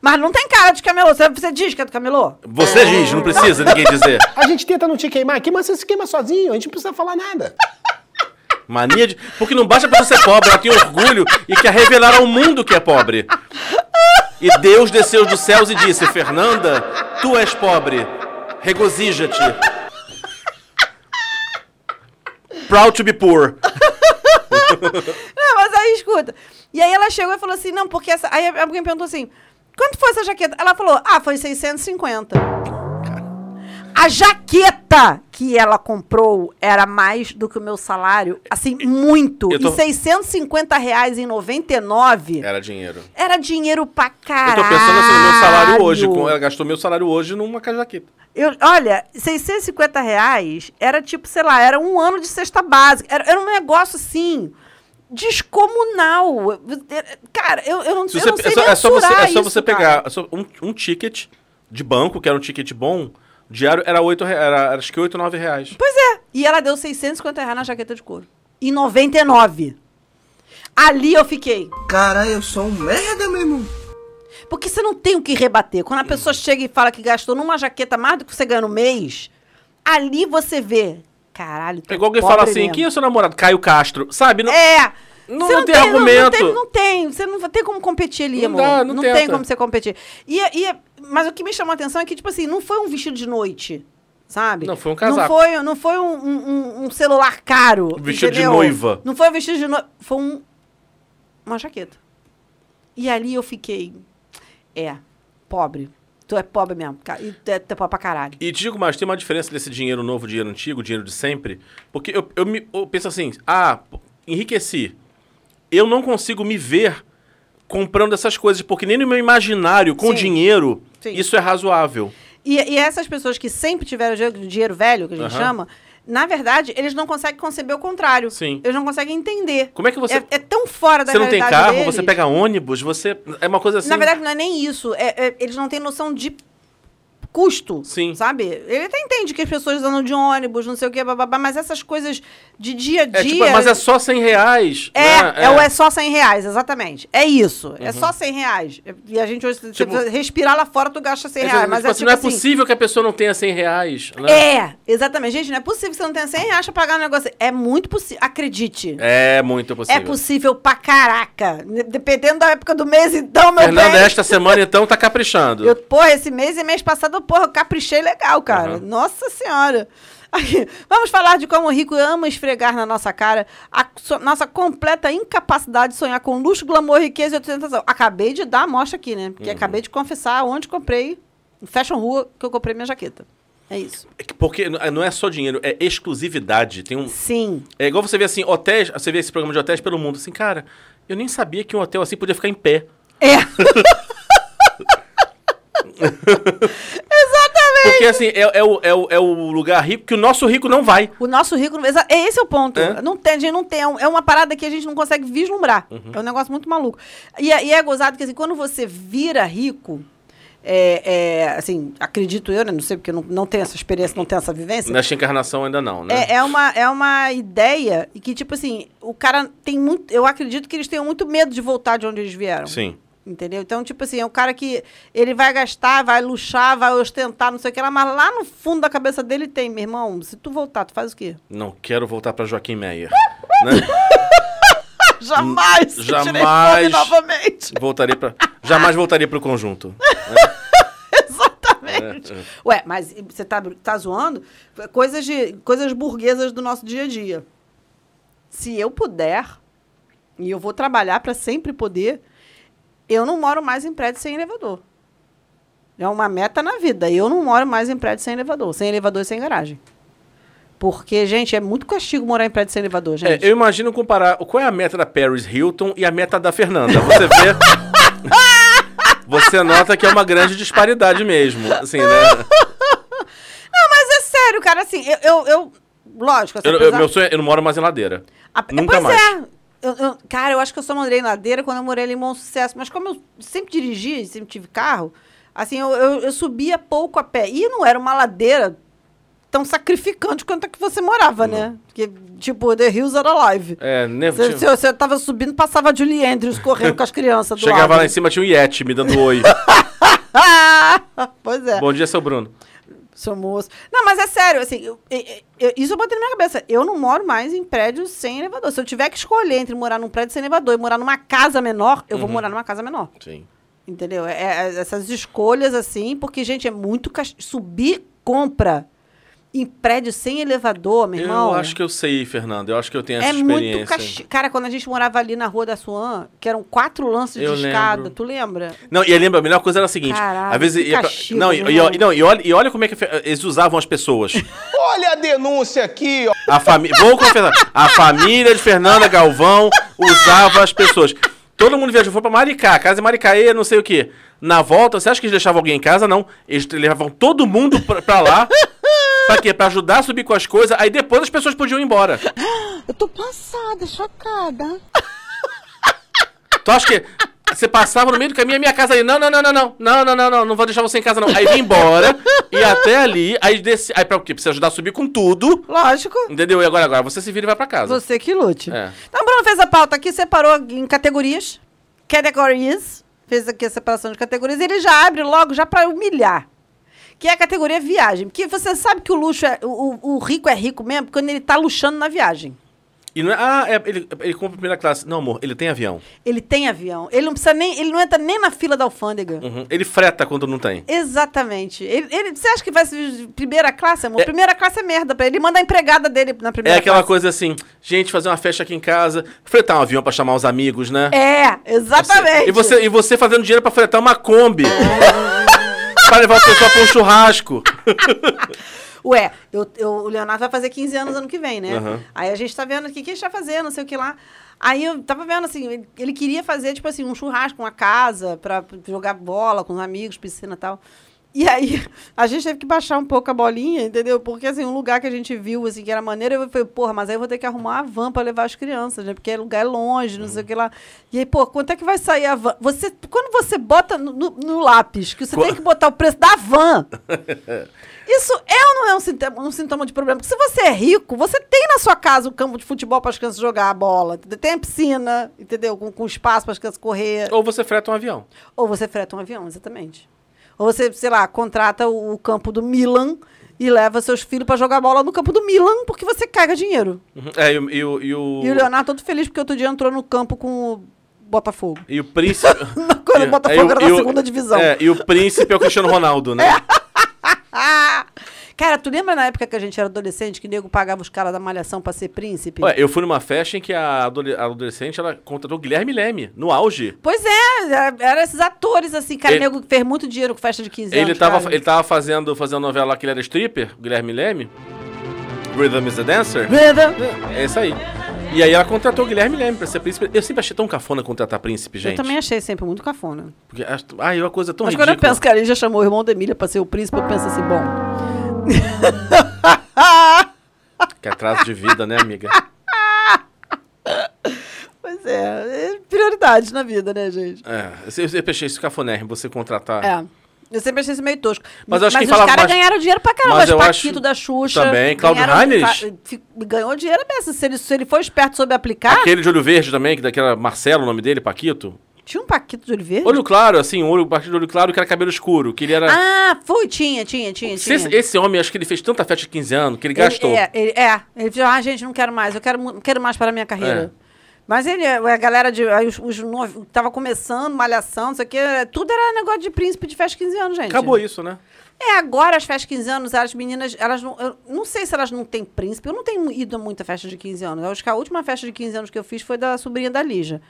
S1: Mas não tem cara de camelô, você, você diz que é do camelô?
S3: Você diz, não precisa ninguém dizer.
S7: A gente tenta não te queimar aqui, mas você se queima sozinho, a gente não precisa falar nada.
S3: Mania de. Porque não basta a pessoa ser pobre, ela tem orgulho e quer revelar ao mundo que é pobre. E Deus desceu dos céus e disse: Fernanda, tu és pobre, regozija-te. Proud to be poor.
S1: Não, mas aí escuta. E aí ela chegou e falou assim: não, porque essa. Aí alguém perguntou assim: quanto foi essa jaqueta? Ela falou: ah, foi 650. A jaqueta que ela comprou era mais do que o meu salário, assim, muito.
S3: eu tô-
S1: E 650 reais em 99
S3: Era dinheiro.
S1: era dinheiro pra
S3: Eu
S1: caralho.
S3: tô pensando assim, no meu salário hoje. com- Ela gastou meu salário hoje numa cajaqueta.
S1: Eu, olha, 650 reais era tipo, sei lá, era um ano de cesta básica. Era, era um negócio assim. Descomunal. Cara, eu, eu não,
S3: Se
S1: eu
S3: você-
S1: não sei
S3: é, só, é só você,
S1: mensurar
S3: é só
S1: isso,
S3: você
S1: cara.
S3: pegar é só um, um ticket de banco, que era um ticket bom, diário era 8 reais, era, acho que 8, 9 reais.
S1: Pois é. E ela deu 650 reais na jaqueta de couro. Em 99. Ali eu fiquei.
S5: Cara, eu sou um merda, meu irmão.
S1: Porque você não tem o que rebater. Quando a pessoa chega e fala que gastou numa jaqueta mais do que você ganha no mês, ali você vê. Caralho, tô
S3: É igual alguém
S1: pobre
S3: fala assim,
S1: mesmo.
S3: quem é o seu namorado? Caio Castro. Sabe? Não,
S1: É.
S3: Não-
S1: Você
S3: não tem argumento.
S1: Não, tem, não tem. Você não tem como competir ali,
S3: Não
S1: amor.
S3: dá, não
S1: não
S3: tenta.
S1: tem como você competir. E, e- mas o que me chamou a atenção é que, tipo assim, não foi um vestido de noite, sabe?
S3: Não, foi um casaco.
S1: Não foi, não foi um, um- um celular caro.
S3: Um vestido de
S1: entendeu?
S3: noiva.
S1: Não foi um vestido de noiva. Foi um- uma jaqueta. E ali eu fiquei. É, pobre. Tu é pobre mesmo. cara. E tu é, tu é pobre pra caralho.
S3: E te digo mais, tem uma diferença desse dinheiro novo, dinheiro antigo, dinheiro de sempre. Porque eu, eu, me, eu penso assim, ah, pô, enriqueci. Eu não consigo me ver comprando essas coisas, porque nem no meu imaginário, com
S1: Sim.
S3: dinheiro,
S1: Sim.
S3: isso é razoável.
S1: E, e essas pessoas que sempre tiveram dinheiro, dinheiro velho, que a gente
S3: Aham.
S1: chama, na verdade, eles não conseguem conceber o contrário.
S3: Sim.
S1: Eles não conseguem entender.
S3: Como é que você...
S1: É, é tão fora da
S3: você não tem
S1: realidade
S3: carro,
S1: deles.
S3: você pega ônibus, você... É uma coisa assim...
S1: Na verdade, não é nem isso. É- é- eles não têm noção de custo.
S3: Sim.
S1: Sabe? Ele até entende que as pessoas andam de ônibus, não sei o quê, bababá, mas essas coisas de dia a dia.
S3: É, tipo, mas é só 100 reais.
S1: É,
S3: né? Uhum.
S1: é, o é só 100 reais, exatamente. É isso. É só 100 reais. E a gente hoje, se
S3: Tipo-
S1: você respirar lá fora, tu gasta 100
S3: É,
S1: reais.
S3: tipo
S1: Mas é
S3: assim,
S1: tipo
S3: não é
S1: assim,
S3: possível que a pessoa não tenha 100 reais. Né?
S1: É, exatamente. Gente, não é possível que você não tenha 100 reais pra pagar um negócio. É muito possível. Acredite.
S3: É muito possível.
S1: É possível pra caraca. Ne- Dependendo da época do mês, então, meu
S3: Fernanda,
S1: bem.
S3: esta semana, então, tá caprichando.
S1: Eu, porra, esse mês e mês passado, porra, eu caprichei legal, cara.
S3: Aham.
S1: Nossa senhora. Aí, vamos falar de como o rico ama esfregar na nossa cara a so- nossa completa incapacidade de sonhar com luxo, glamour, riqueza e ostentação. Acabei de dar a mostra aqui, né?
S3: Uhum.
S1: Porque acabei de confessar onde comprei, no Fashion Rua, que eu comprei minha jaqueta. É isso.
S3: Porque n- não é só dinheiro, é exclusividade. Tem um...
S1: Sim.
S3: É igual você vê assim, hotéis, você vê esse programa de hotéis pelo mundo, assim, cara, eu nem sabia que um hotel assim podia ficar em pé.
S1: É.
S3: Porque assim, é, é o, é, o, é o lugar rico que o nosso rico não vai.
S1: O nosso rico. exa- é Esse é o ponto.
S3: É.
S1: Não tem, a gente não tem. É um- é uma parada que a gente não consegue vislumbrar. É um negócio muito maluco. E, é- e é gozado que, assim, quando você vira rico. É, é, assim, acredito eu, né? Não sei, porque eu não, não tenho essa experiência, não tenho essa vivência.
S3: Nesta encarnação ainda não, né?
S1: É, é uma, é uma ideia e que, tipo assim, o cara tem muito. Eu acredito que eles tenham muito medo de voltar de onde eles vieram.
S3: Sim.
S1: Entendeu? Então, tipo assim, é um cara que ele vai gastar, vai luxar, vai ostentar, não sei o que lá, mas lá no fundo da cabeça dele tem, meu irmão, se tu voltar, tu faz o quê?
S3: Não quero voltar pra Joaquim Meyer. né?
S1: Jamais! eu
S3: jamais.
S1: Tirei fome novamente.
S3: Voltarei para Jamais voltaria pro conjunto.
S1: Exatamente. Ué, mas você tá, br- tá zoando? Coisas, de, coisas burguesas do nosso dia a dia. Se eu puder, e eu vou trabalhar para sempre poder, eu não moro mais em prédio sem elevador. É uma meta na vida. Eu não moro mais em prédio sem elevador. Sem elevador e sem garagem. Porque, gente, é muito castigo morar em prédio sem elevador,
S3: É,
S1: gente.
S3: eu imagino comparar qual é a meta da Paris Hilton e a meta da Fernanda. Você vê. Você nota que é uma grande disparidade mesmo. Assim, né?
S1: Mas é sério, cara, assim, eu. eu, eu- lógico, assim,
S3: Eu, eu-
S1: apesar-
S3: meu sonho é- eu não moro mais em ladeira.
S1: A- pois
S3: Nunca mais.
S1: é. Eu- eu- cara, eu acho que eu só morei em ladeira quando eu morei ali em Bom Sucesso. Mas como eu sempre dirigi, sempre tive carro, assim, eu, eu, eu subia pouco a pé. E não era uma ladeira tão sacrificante quanto a que você morava, né? Porque, tipo, The Hills era live.
S3: É, né,
S1: Você,
S3: tinha-
S1: você, você tava subindo, passava Julie Andrews correndo com as crianças do
S3: Chegava
S1: lado.
S3: lá em cima, tinha um Yeti me dando oi.
S1: Ah, pois é.
S3: Bom dia, seu Bruno.
S1: Sou moço. Não, mas é sério, assim, eu- eu- eu- isso eu botei na minha cabeça. Eu não moro mais em prédios sem elevador. Se eu tiver que escolher entre morar num prédio sem elevador e morar numa casa menor, eu vou morar numa casa menor.
S3: Uhum. Sim.
S1: Entendeu? É- é- essas escolhas, assim, porque, gente, é muito. cas- Subir compra em prédio sem elevador, meu irmão.
S3: eu acho que eu sei, Fernanda. Eu acho que eu tenho essa
S1: É
S3: experiência.
S1: muito castigo. Cara, quando a gente morava ali na Rua da Suan, que eram quatro lances
S3: Eu
S1: de escada,
S3: lembro.
S1: tu lembra?
S3: Não, e lembra, a melhor coisa era a seguinte:
S1: Caralho,
S3: às vezes.
S1: que né?
S3: ia pra-
S1: castigo,
S3: não, e,
S1: meu
S3: e-
S1: irmão.
S3: e- não, e olha, e olha como é que fe- eles usavam as pessoas.
S5: Olha a denúncia aqui, ó.
S3: A família. Vou confessar. A família de Fernanda Galvão usava as pessoas. Todo mundo viajou, foi pra Maricá, casa em Maricaê, não sei o quê. Na volta, você acha que eles deixavam alguém em casa? Não. Eles levavam todo mundo pra, pra lá. Pra quê? Pra ajudar a subir com as coisas. Aí depois as pessoas podiam ir embora.
S8: Eu tô passada, chocada.
S3: Tu acha que você passava no meio do caminho a minha casa ali? Não, não, não, não, não. Não, não, não, não. Não vou deixar você em casa, não. Aí vinha embora, ia até ali, aí desce. Aí pra o quê? Pra você ajudar a subir com tudo.
S1: Lógico.
S3: Entendeu? E agora, agora, você se vira e vai pra casa.
S1: Você que lute.
S3: É.
S1: Então, o Bruno fez a pauta aqui, separou em categorias. Categories. Fez aqui a separação de categorias. E ele já abre logo, já pra humilhar. Que é a categoria viagem. Porque você sabe que o luxo é. O, o- o rico é rico mesmo quando ele tá luxando na viagem.
S3: E não é, ah, é, ele, ele compra primeira classe. Não, amor, ele tem avião.
S1: Ele tem avião. Ele não precisa nem. Ele não entra nem na fila da alfândega.
S3: Uhum. Ele freta quando não
S1: É
S3: tem. É
S1: Exatamente. Ele, ele- você acha que vai ser de primeira classe, amor? Primeira classe é merda pra ele. Ele manda a empregada dele na
S3: É
S1: primeira
S3: aquela
S1: classe.
S3: coisa assim, gente, fazer uma festa aqui em casa, fretar um avião pra chamar os amigos, né?
S1: É, É. exatamente.
S3: E você, e você fazendo dinheiro pra fretar uma Kombi. pra levar o pessoal pra um churrasco.
S1: Ué, eu, eu- o Leonardo vai fazer 15 anos ano que vem, né?
S3: Aham.
S1: Aí a gente tá vendo o que, que ele tá fazendo, não sei o que lá. Aí eu tava vendo, assim, ele, ele queria fazer, tipo assim, um churrasco, uma casa pra jogar bola com os amigos, piscina e tal. E E aí, a gente teve que baixar um pouco a bolinha, entendeu? Porque, assim, um lugar que a gente viu, assim, que era maneiro, eu falei, porra, mas aí eu vou ter que arrumar a van pra levar as crianças, né? Porque o lugar é longe, não
S3: Uhum.
S1: sei o que lá. E aí, pô, quanto é que vai sair a van? Você, quando você bota no, no- no lápis, que você
S3: Qua-
S1: tem que botar o preço da van, isso é ou não é um sintoma, um sintoma de problema? Porque se você é rico, você tem na sua casa um campo de futebol para as crianças jogar a bola, entendeu? tem a piscina, entendeu? Com, com espaço para as crianças correr.
S3: Ou você freta um avião.
S1: Ou você freta um avião, exatamente. Ou você, sei lá, contrata o, o campo do Milan e leva seus filhos para jogar bola no campo do Milan porque você caga dinheiro.
S3: Uhum. É, e, o- e o, e, o,
S1: E o Leonardo todo feliz porque outro dia entrou no campo com o Botafogo.
S3: e o príncipe.
S1: Quando
S3: É,
S1: o Botafogo
S3: aí
S1: era da
S3: e o-
S1: segunda divisão. É.
S3: É, e o príncipe é o Cristiano Ronaldo, né?
S1: Ah! Cara, tu lembra na época que a gente era adolescente que nego pagava os caras da malhação para ser príncipe?
S3: Ué, eu fui numa festa em que a adole- a adolescente ela contratou Guilherme Leme, no auge.
S1: Pois é, era, era esses atores assim, cara,
S3: Ele-
S1: nego que fez muito dinheiro com festa de 15
S3: Ele
S1: anos.
S3: tava,
S1: cara.
S3: ele tava fazendo, fazendo novela lá que ele era stripper, Guilherme Leme. Rhythm is a Dancer.
S1: Brenda,
S3: É isso aí. E aí ela contratou o Guilherme Leme pra ser príncipe. Eu sempre achei tão cafona contratar príncipe, gente.
S1: Eu também achei sempre muito cafona.
S3: Porque acho- ai, é uma coisa tão
S1: Mas
S3: ridícula.
S1: quando eu penso que a Aline já chamou o irmão da Emília pra ser o príncipe, eu penso assim, bom.
S3: Que atraso de vida, né, amiga?
S1: Pois é, é prioridade na vida, né, gente?
S3: É, eu sempre achei isso cafonérrimo, você contratar...
S1: É. Eu sempre achei isso meio tosco.
S3: Ah. Mas eu acho que
S1: os
S3: falava
S1: caras
S3: mais-
S1: ganharam dinheiro pra caramba. Mas
S3: Mas eu
S1: Paquito
S3: acho-
S1: da Xuxa.
S3: Também, Cláudio
S1: ganharam-
S3: Reines?
S1: fa- fi- Ganhou dinheiro mesmo. Se ele, se ele for esperto sobre aplicar,
S3: Aquele de olho verde também, que daquela Marcelo, o nome dele, Paquito.
S1: tinha um Paquito de Oliveira?
S3: Olho claro, assim, um olho, partido de olho claro que era cabelo escuro, que ele era...
S1: Ah, foi, tinha, tinha, tinha.
S3: Se
S1: tinha.
S3: esse, esse homem, acho que ele fez tanta festa de 15 anos que ele gastou.
S1: Ele, é, ele, é, ele falou, ah, gente, não quero mais, eu quero, mu- quero mais para a minha carreira.
S3: É.
S1: Mas ele, a galera de. Aí os, os novos, tava começando, malhação, não sei o quê, tudo era negócio de príncipe de festa de 15 anos, gente.
S3: Acabou isso, né?
S1: É, agora as festas de 15 anos, as meninas, elas não. Eu não sei se elas não têm príncipe. Eu não tenho ido a muita festa de 15 anos. Eu acho que a última festa de 15 anos que eu fiz foi da sobrinha da Lígia.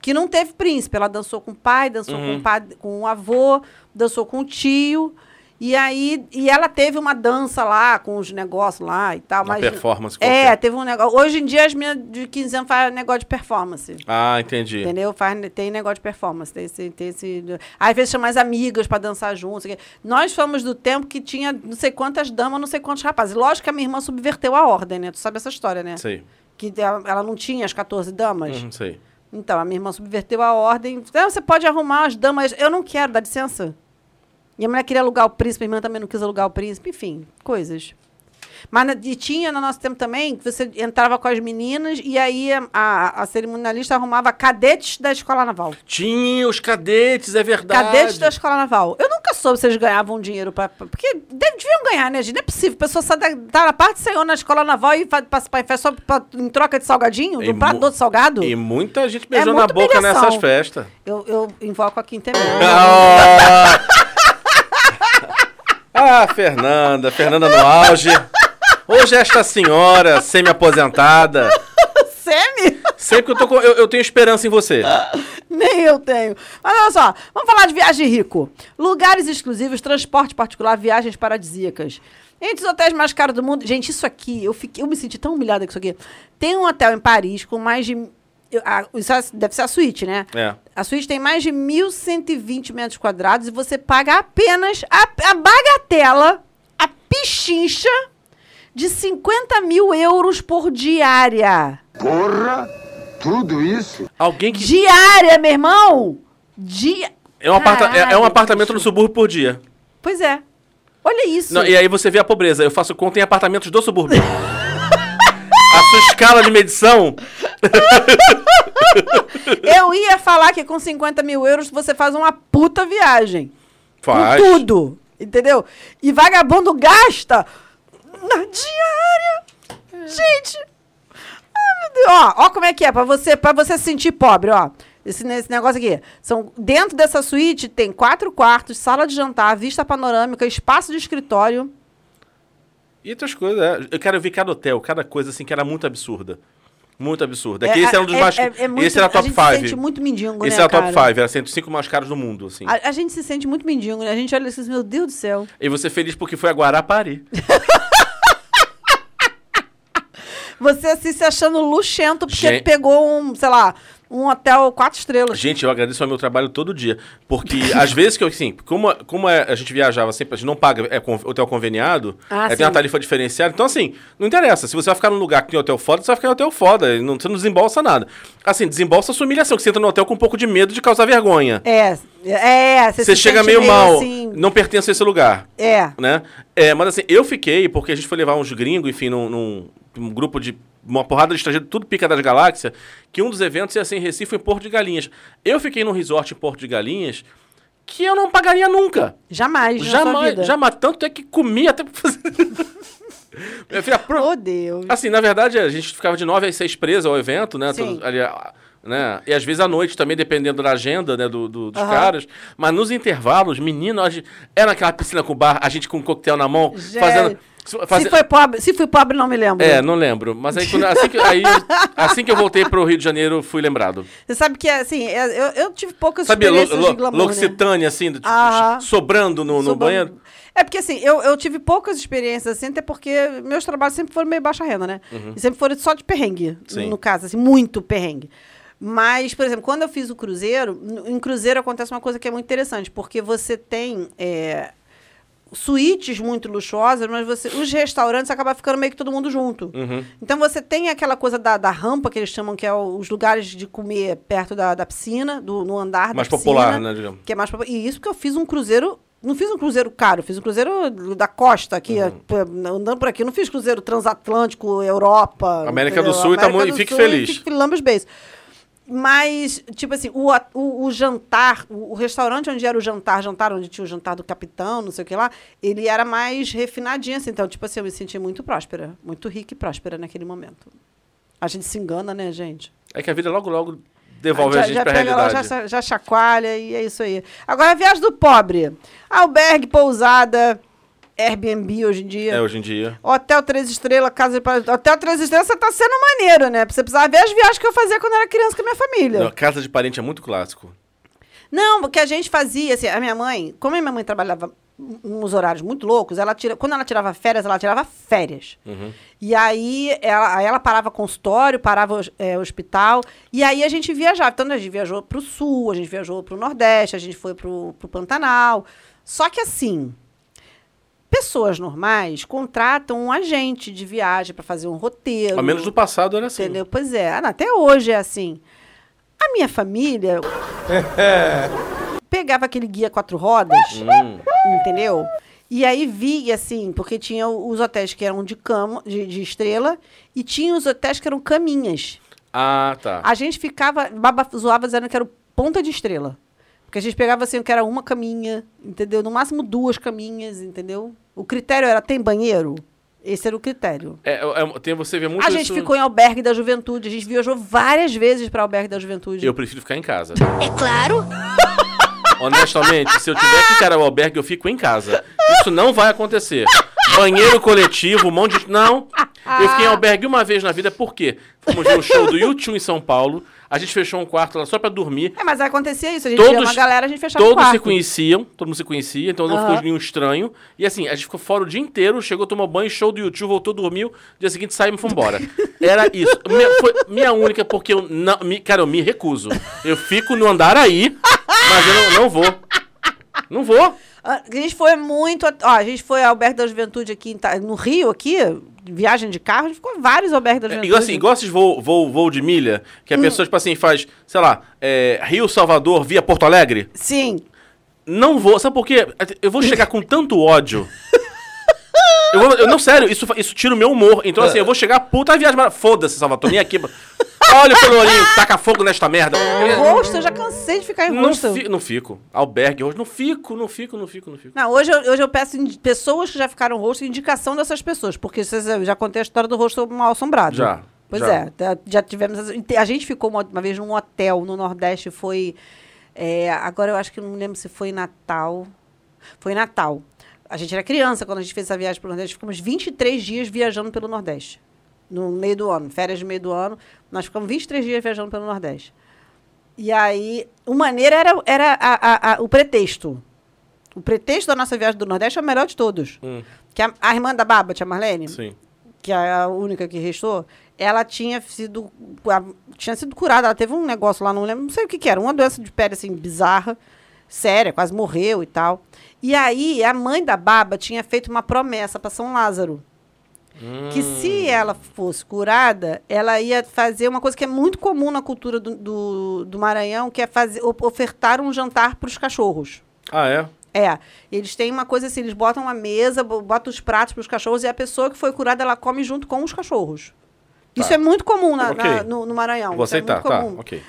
S1: Que não teve príncipe. Ela dançou com o pai, dançou com,
S3: Uhum.
S1: o pad- com o avô, dançou com o tio. E aí. E ela teve uma dança lá, com os negócios lá e tal.
S3: Uma
S1: mas,
S3: performance
S1: É,
S3: qualquer.
S1: teve um negócio. Hoje em dia as meninas de 15 anos fazem negócio de performance.
S3: Ah, entendi.
S1: Entendeu? Faz, tem negócio de performance. Tem esse, tem esse, às vezes chama as amigas pra dançar junto. sei o quê. Nós fomos do tempo que tinha não sei quantas damas, não sei quantos rapazes. Lógico que a minha irmã subverteu a ordem, né? Tu sabe essa história, né?
S3: Sei. Uhum.
S1: Que ela, ela não tinha as 14 damas.
S3: Não sei.
S1: Então, a minha irmã subverteu a ordem. Não, você pode arrumar as damas. Eu não quero, dá licença. E a mulher queria alugar o príncipe, a irmã também não quis alugar o príncipe, enfim, coisas. Mas na- e tinha no nosso tempo também que você entrava com as meninas e aí a, a, a cerimonialista arrumava cadetes da escola naval.
S3: Tinha os cadetes, é verdade.
S1: Cadetes da escola naval. Eu nunca soube se eles ganhavam um dinheiro para. Porque deve- deviam ganhar, né, gente? Não é possível. A pessoa sai da, tá na parte senhor na escola naval e vai participar em festa só pra- em troca de salgadinho,
S3: E
S1: do prato
S3: É mu- é
S1: doce salgado.
S3: E muita gente beijou na
S1: muito
S3: boca
S1: É humilhação. É.
S3: nessas festas.
S1: Eu, eu invoco a quinta emenda.
S3: Ah, Ah, Fernanda, Fernanda no auge. Hoje é esta senhora semi-aposentada.
S1: Semi?
S3: Sempre que eu tô com. Eu, eu tenho esperança em você.
S1: Nem eu tenho. Mas olha só, vamos falar de viagem rico. Lugares exclusivos, transporte particular, viagens paradisíacas. Entre os hotéis mais caros do mundo. Gente, isso aqui, eu, fiquei, eu me senti tão humilhada com isso aqui. Tem um hotel em Paris com mais de. eu- a- isso é- deve ser a suíte, né?
S3: É.
S1: A suíte tem mais de 1.120 metros quadrados e você paga apenas a, a bagatela, a pichincha, de 50 mil euros por diária.
S2: Porra, tudo isso?
S3: Alguém que.
S1: Diária, meu irmão! Dia...
S3: É um, aparta- é- é um
S1: Caralho,
S3: apartamento no
S1: bicho.
S3: subúrbio por dia.
S1: Pois é. Olha isso.
S3: Não, e é- aí você vê a pobreza. Eu faço conta em apartamentos do subúrbio. a sua escala de medição.
S1: Eu ia falar que com 50 mil euros você faz uma puta viagem.
S3: Faz.
S1: Com tudo. Entendeu? E vagabundo gasta na diária. Gente. Ai, meu Deus. Ó, ó como é que é, pra você, pra você se sentir pobre, ó. Esse, ne- esse negócio aqui. São, dentro dessa suíte tem quatro quartos, sala de jantar, vista panorâmica, espaço de escritório.
S3: E outras coisas. é. Eu quero ver cada hotel, cada coisa assim que era muito absurda. Muito absurda. É,
S1: É,
S3: que esse era um dos
S1: é-
S3: mais.
S1: é- é muito-
S3: esse era
S1: a
S3: top
S1: gente
S3: 5.
S1: se sente muito mendigo,
S3: Esse
S1: né,
S3: era top
S1: cara?
S3: 5, era 105 mais caros do mundo, assim.
S1: A, a gente se sente muito mendigo, né? A gente olha assim, meu Deus do céu.
S3: E você feliz porque foi a Guarapari.
S1: Você assim, se achando luxento porque
S3: Gente.
S1: pegou um, sei lá, um hotel quatro estrelas.
S3: Gente, eu agradeço ao meu trabalho todo dia. Porque às vezes que eu, assim, como, como é- a gente viajava sempre, a gente não paga é, con- hotel conveniado,
S1: Ah,
S3: é,
S1: sim.
S3: tem uma tarifa diferenciada. Então, assim, não interessa. Se você vai ficar num lugar que tem hotel foda, você vai ficar em hotel foda. e Não, você não desembolsa nada. Assim, desembolsa a sua humilhação, que você entra no hotel com um pouco de medo de causar vergonha.
S1: É, é, você,
S3: Você
S1: se
S3: chega
S1: sente
S3: meio mal,
S1: assim,
S3: não pertence a esse lugar.
S1: É.
S3: né? É, mas assim, eu fiquei, porque a gente foi levar uns gringos, enfim, num, num- num grupo de uma porrada de estrangeiro, tudo pica das galáxias, que um dos eventos ia ser em Recife, em Porto de Galinhas. Eu fiquei num resort em Porto de Galinhas que eu não pagaria nunca.
S1: Jamais, na sua
S3: Jamais,
S1: vida.
S3: jamais. Tanto é que comia até pra fazer... Minha filha, pro-
S1: Oh, Deus.
S3: Assim, na verdade, a gente ficava de 9 às 6 presa ao evento, né?
S1: Sim.
S3: Tudo ali, ah, né? E às vezes à noite também, dependendo da agenda né, do, do- dos caras. Mas nos intervalos, menino, a gente- era aquela piscina com bar, a gente com um coquetel na mão,
S1: Gente.
S3: fazendo.
S1: Se
S3: faze-
S1: foi pobre, se fui pobre, não me lembro.
S3: É, não lembro. Mas aí, quando- assim, que, aí, assim que eu voltei pro Rio de Janeiro, fui lembrado.
S1: Você sabe que, assim, é- eu, eu tive poucas
S3: Sabe, lo,
S1: experiências
S3: lo,
S1: de glamour, né?
S3: L'Occitane, assim, do-
S1: Aham.
S3: sobrando no, no
S1: Sou ban-
S3: banheiro.
S1: É porque assim, eu, eu tive poucas experiências assim, até porque meus trabalhos sempre foram meio baixa renda, né? E sempre foram só de perrengue,
S3: Uhum. Sim.
S1: no caso, assim, muito perrengue. Mas, por exemplo, quando eu fiz o cruzeiro, no- em cruzeiro acontece uma coisa que é muito interessante, porque você tem é, suítes muito luxuosas, mas você, os restaurantes acabam ficando meio que todo mundo junto.
S3: Uhum.
S1: Então você tem aquela coisa da, da rampa que eles chamam, que é o- os lugares de comer perto da, da piscina, do, no andar
S3: Mais
S1: da piscina.
S3: popular, né, digamos.
S1: Que é mais pra- E isso porque eu fiz um cruzeiro. Não fiz um cruzeiro caro, fiz um cruzeiro da costa aqui, p-
S3: Uhum.
S1: andando por aqui. Não fiz cruzeiro transatlântico, Europa.
S3: América do Sul e tá muito- fique feliz.
S1: Fique lambas beijos. Mas, tipo assim, o, a- o, o jantar, o, o restaurante onde era o jantar, jantar, onde tinha o jantar do capitão, não sei o que lá, ele era mais refinadinho, assim. Então, tipo assim, eu me senti muito próspera, muito rica e próspera naquele momento. A gente se engana, né, gente?
S3: É que a vida logo, logo devolve a gente pra
S1: pega lá,
S3: realidade.
S1: Ah, já, cha- já chacoalha e é isso aí. Agora, a viagem do pobre. Albergue, pousada, Airbnb hoje em dia.
S3: É, hoje em dia.
S1: Hotel Três Estrelas, Casa de Paraíso. Hotel Três Estrelas, você tá sendo maneiro, né? Você precisava ver as viagens que eu fazia quando era criança com a minha família.
S3: Não, casa de parente é muito clássico.
S1: Não, porque a gente fazia, assim, a minha mãe, como a minha mãe trabalhava um- uns horários muito loucos, ela tira, quando ela tirava férias, ela tirava férias. E aí ela, aí ela parava consultório, parava é, hospital, e aí a gente viajava. Então a gente viajou pro sul, a gente viajou pro nordeste, a gente foi pro, pro Pantanal. Só que assim, pessoas normais contratam um agente de viagem para fazer um roteiro.
S3: Ao menos no passado era assim.
S1: Entendeu? Pois é. Ah, não, Até hoje é assim. A minha família pegava aquele guia quatro rodas, entendeu? E aí via, assim, porque tinha os hotéis que eram de cama, de, de estrela, e tinha os hotéis que eram caminhas.
S3: Ah, tá.
S1: A gente ficava, baba, zoava dizendo que era o ponta de estrela. Porque a gente pegava assim, que era uma caminha, entendeu? No máximo duas caminhas, entendeu? O critério era tem banheiro? Esse era o critério.
S3: É, é- tem, você vê muito
S1: A gente
S3: isso-
S1: ficou em albergue da juventude, a gente viajou várias vezes pra albergue da juventude.
S3: Eu prefiro ficar em casa.
S9: É claro.
S3: Honestamente, se eu tiver que encarar o albergue, eu fico em casa. Isso não vai acontecer. Banheiro coletivo, um monte de. Não! Eu fiquei em albergue uma vez na vida, por quê? Fomos ver o show do YouTube em São Paulo, a gente fechou um quarto lá só pra dormir.
S1: É, mas acontecia isso, a gente via
S3: Todos,
S1: uma galera, a gente fechava o
S3: todos
S1: quarto.
S3: se conheciam, todo mundo se conhecia, então não
S1: Aham.
S3: ficou nenhum estranho. E assim, a gente ficou fora o dia inteiro, chegou, tomou banho, show do YouTube, voltou, dormiu, dia seguinte saímos e fomos embora. Era isso. Minha, foi minha única, porque eu não. Me, cara, eu me recuso. Eu fico no andar aí, mas eu não, não vou. Não vou.
S1: Ah, A gente foi muito, a- ó, a gente foi ao albergue da juventude aqui em Ta- no Rio aqui, viagem de carro, a gente ficou vários albergues da
S3: É,
S1: juventude.
S3: igual, assim, igual esses voo, voo, voo de milha, que
S1: Hum.
S3: a pessoa, tipo assim, faz, sei lá, é, Rio Salvador via Porto Alegre.
S1: Sim.
S3: Não vou, sabe por quê? Eu vou chegar com tanto ódio. Eu, vou- eu- não, sério, isso, fa- isso tira o meu humor. Então, assim, eu vou chegar puta viagem. mas Foda-se, Salvador, nem aqui. Olha o pelourinho, taca fogo nesta merda.
S1: Rosto, eu já cansei de ficar em
S3: Não,
S1: rosto.
S3: fi- não fico. Albergue, hoje não fico, não fico, não fico, não fico.
S1: Não, hoje eu, hoje eu peço indi- pessoas que já ficaram rosto, indicação dessas pessoas, porque vocês- eu já contei a história do rosto mal assombrado.
S3: Já,
S1: Pois
S3: já.
S1: é, tá- já tivemos. essa- e te- A gente ficou uma, uma vez num hotel no Nordeste, foi. é, agora eu acho que não lembro se foi em Natal. Foi em Natal. A gente era criança quando a gente fez essa viagem pelo Nordeste, ficamos 23 dias viajando pelo Nordeste. No meio do ano, férias de meio do ano, nós ficamos 23 dias viajando pelo Nordeste. E aí, o maneiro era, era a- a- a- o pretexto. O pretexto da nossa viagem do Nordeste é o melhor de todos. Que a, a irmã da Baba, tia Marlene,
S3: Sim.
S1: que é a única que restou, ela tinha sido, a- tinha sido curada. Ela teve um negócio lá, não lembro, não sei o que, que era, uma doença de pele assim, bizarra, séria, quase morreu e tal. E aí, a mãe da Baba tinha feito uma promessa para São Lázaro. Que se ela fosse curada, ela ia fazer uma coisa que é muito comum na cultura do, do, do Maranhão, que é fazer, of- ofertar um jantar para os cachorros.
S3: Ah, é?
S1: É, eles têm uma coisa assim, eles botam a mesa, bo- botam os pratos para os cachorros e a pessoa que foi curada, ela come junto com os cachorros. Isso é muito comum na-
S3: Tá. Ok.
S1: na- no, no Maranhão.
S3: Vou
S1: isso é
S3: aceitar,
S1: muito
S3: tá,
S1: comum.
S3: ok.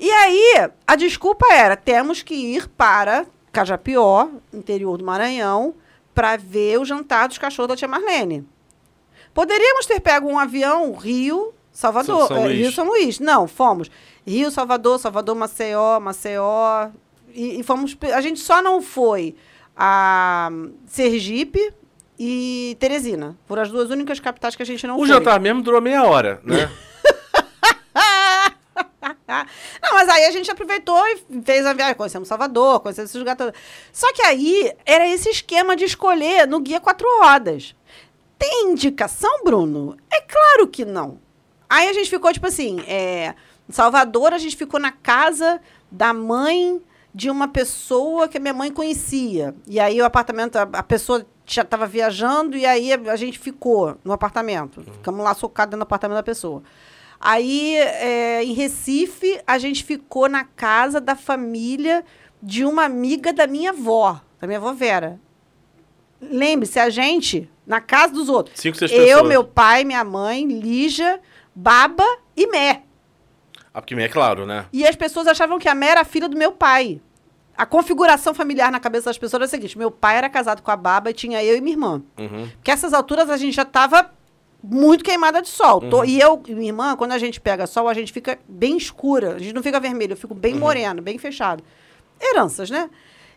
S1: E aí, a desculpa era: temos que ir para Cajapió, interior do Maranhão, para ver o jantar dos cachorros da tia Marlene. Poderíamos ter pego um avião Rio, Salvador.
S3: São- São
S1: eh,
S3: Luís.
S1: Rio, São Luís. Não, fomos. Rio, Salvador, Salvador, Maceió, Maceió. E, e fomos. pe- A gente só não foi a Sergipe e Teresina. Foram as duas únicas capitais que a gente não
S3: O
S1: foi.
S3: jantar mesmo durou meia hora, né?
S1: Ah, Não, mas aí a gente aproveitou e fez a viagem. Conhecemos Salvador, conhecemos esses lugares todos. Só que aí era esse esquema de escolher no Guia Quatro Rodas. Tem indicação, Bruno? É claro que não. Aí a gente ficou, tipo assim, é, em Salvador, a gente ficou na casa da mãe de uma pessoa que a minha mãe conhecia. E aí o apartamento, a, a pessoa já estava viajando e aí a, a gente ficou no apartamento. Ficamos lá socados dentro do apartamento da pessoa. Aí, é, em Recife, a gente ficou na casa da família de uma amiga da minha avó, da minha avó Vera. Lembre-se, a gente, na casa dos outros.
S3: Cinco, seis
S1: Eu,
S3: pessoas.
S1: meu pai, minha mãe, Lígia, Baba e Mé.
S3: Ah, porque é claro, né?
S1: E as pessoas achavam que a Mé era a filha do meu pai. A configuração familiar na cabeça das pessoas era a seguinte: meu pai era casado com a Baba e tinha eu e minha irmã.
S3: Uhum.
S1: Porque essas alturas a gente já estava muito queimada de sol. Tô-
S3: Uhum.
S1: e eu e minha irmã, quando a gente pega sol, a gente fica bem escura. A gente não fica vermelho, eu fico
S3: Uhum.
S1: bem moreno, bem fechado. Heranças, né?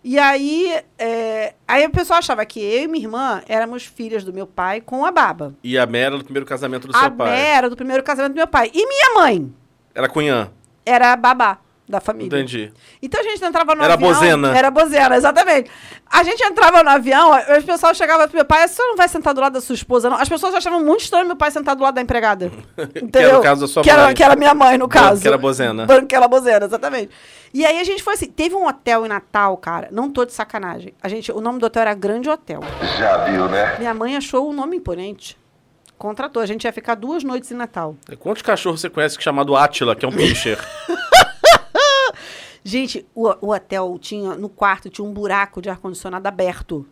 S1: E aí, é, aí o pessoal achava que eu e minha irmã éramos filhas do meu pai com a Baba.
S3: E a Mera do primeiro casamento do
S1: a
S3: seu pai.
S1: Bé era do primeiro casamento do meu pai. E minha mãe
S3: Era cunhã.
S1: era a babá da família.
S3: Entendi.
S1: Então a gente entrava no
S3: Era
S1: avião.
S3: bozena.
S1: Era bozena, exatamente. A gente entrava no avião, as pessoas chegavam pro meu pai, você não vai sentar do lado da sua esposa, não. As pessoas achavam muito estranho meu pai sentar do lado da empregada. Entendeu?
S3: o caso da sua
S1: que Era,
S3: mãe.
S1: que era minha mãe, no caso.
S3: Branquela bozena.
S1: Branquela bozena, exatamente. E aí a gente foi assim, teve um hotel em Natal, cara, não tô de sacanagem. A gente, o nome do hotel era Grande Hotel.
S2: Já viu, né?
S1: Minha mãe achou o nome imponente. Contratou, a gente ia ficar duas noites em Natal.
S3: Quantos cachorros você conhece que é chamado Átila, que é um pincher?
S1: Gente, o, o hotel tinha, no quarto, tinha um buraco de ar-condicionado aberto.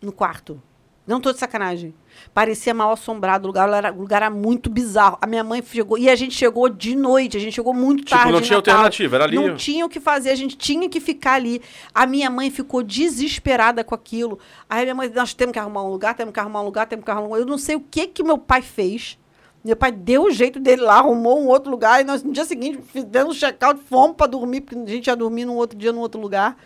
S1: No quarto. Não tô de sacanagem. Parecia mal assombrado o lugar, era, o lugar era muito bizarro. A minha mãe chegou, e a gente chegou de noite, a gente chegou muito
S3: Tipo,
S1: tarde.
S3: não
S1: em
S3: tinha
S1: Natal.
S3: alternativa, era ali.
S1: Não tinha o que fazer, a gente tinha que ficar ali. A minha mãe ficou desesperada com aquilo. Aí minha mãe, nós temos que arrumar um lugar, temos que arrumar um lugar, temos que arrumar um lugar. Eu não sei o que que meu pai fez. Meu pai deu o jeito dele lá, arrumou um outro lugar. E nós, no dia seguinte, fizemos um check-out, fomos para dormir, porque a gente ia dormir num outro dia, num outro lugar.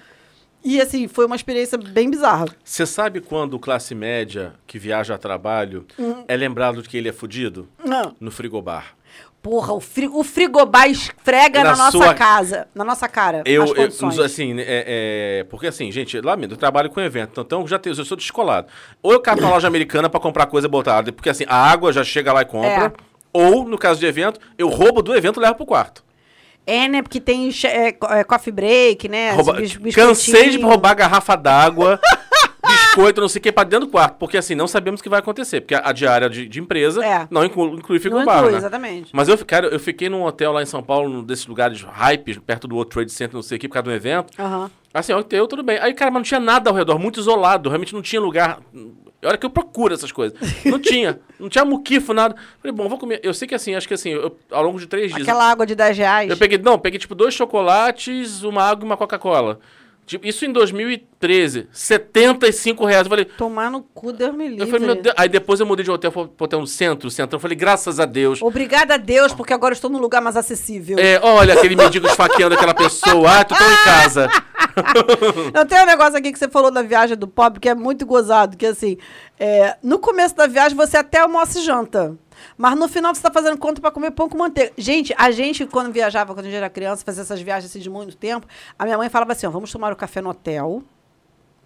S1: E, assim, foi uma experiência bem bizarra.
S3: Você sabe quando o classe média que viaja a trabalho é lembrado de que ele é fudido?
S1: Hum. Não.
S3: No frigobar.
S1: Porra, o, fri o frigobar esfrega na,
S3: Na
S1: nossa
S3: sua-
S1: casa, na nossa cara.
S3: Eu,
S1: as
S3: eu-
S1: condições.
S3: assim, né, é, é, porque assim, gente, lamento, eu trabalho com evento, então já tenho, eu sou descolado. Ou eu cato uma loja americana pra comprar coisa botada, porque assim, a água já chega lá e compra.
S1: É.
S3: Ou, no caso de evento, eu roubo do evento e levo pro quarto.
S1: É, né? Porque tem che- é, co- é, coffee break, né?
S3: Rouba-
S1: Bis- biscoitinho.
S3: Cansei de roubar garrafa d'água, biscoito, não sei o que, pra dentro do quarto. Porque assim, não sabemos o que vai acontecer. Porque a, a diária de, de empresa
S1: É.
S3: não inclu- inclui fica
S1: Não
S3: no bar,
S1: inclui,
S3: né?
S1: exatamente.
S3: Mas eu, fi- cara, eu fiquei num hotel lá em São Paulo, num desses lugares hype, perto do World Trade Center, não sei o que, por causa de um evento.
S1: Aham.
S3: Assim, ó, eu tudo bem. Aí, cara, mas não tinha nada ao redor, muito isolado, realmente não tinha lugar. É hora que eu procuro essas coisas. Não tinha. não tinha muquifo, nada. Falei, bom, vou comer. Eu sei que assim, acho que assim, eu- ao longo de três dias.
S1: Aquela água de 10 reais.
S3: Eu peguei, não, peguei tipo dois chocolates, uma água e uma Coca-Cola. Tipo, isso em 2013, R$ 75 reais. Eu falei,
S1: Tomar no cu, Deus me livre.
S3: eu falei, meu Deus. Aí depois eu mudei de hotel pro pro hotel no centro, centro. Eu falei, graças a
S1: Oh,
S3: Deus.
S1: Obrigada a Deus, porque agora eu estou num lugar mais acessível.
S3: É, olha aquele mendigo esfaqueando aquela pessoa. Ah, tu tô em casa.
S1: Eu tenho um negócio aqui que você falou da viagem do pobre, que é muito gozado, que assim, é, no começo da viagem você até almoça e janta. Mas no final você tá fazendo conta para comer pão com manteiga. Gente, a gente, quando viajava, quando a gente era criança, fazia essas viagens assim, de muito tempo, a minha mãe falava assim: ó, vamos tomar o café no hotel.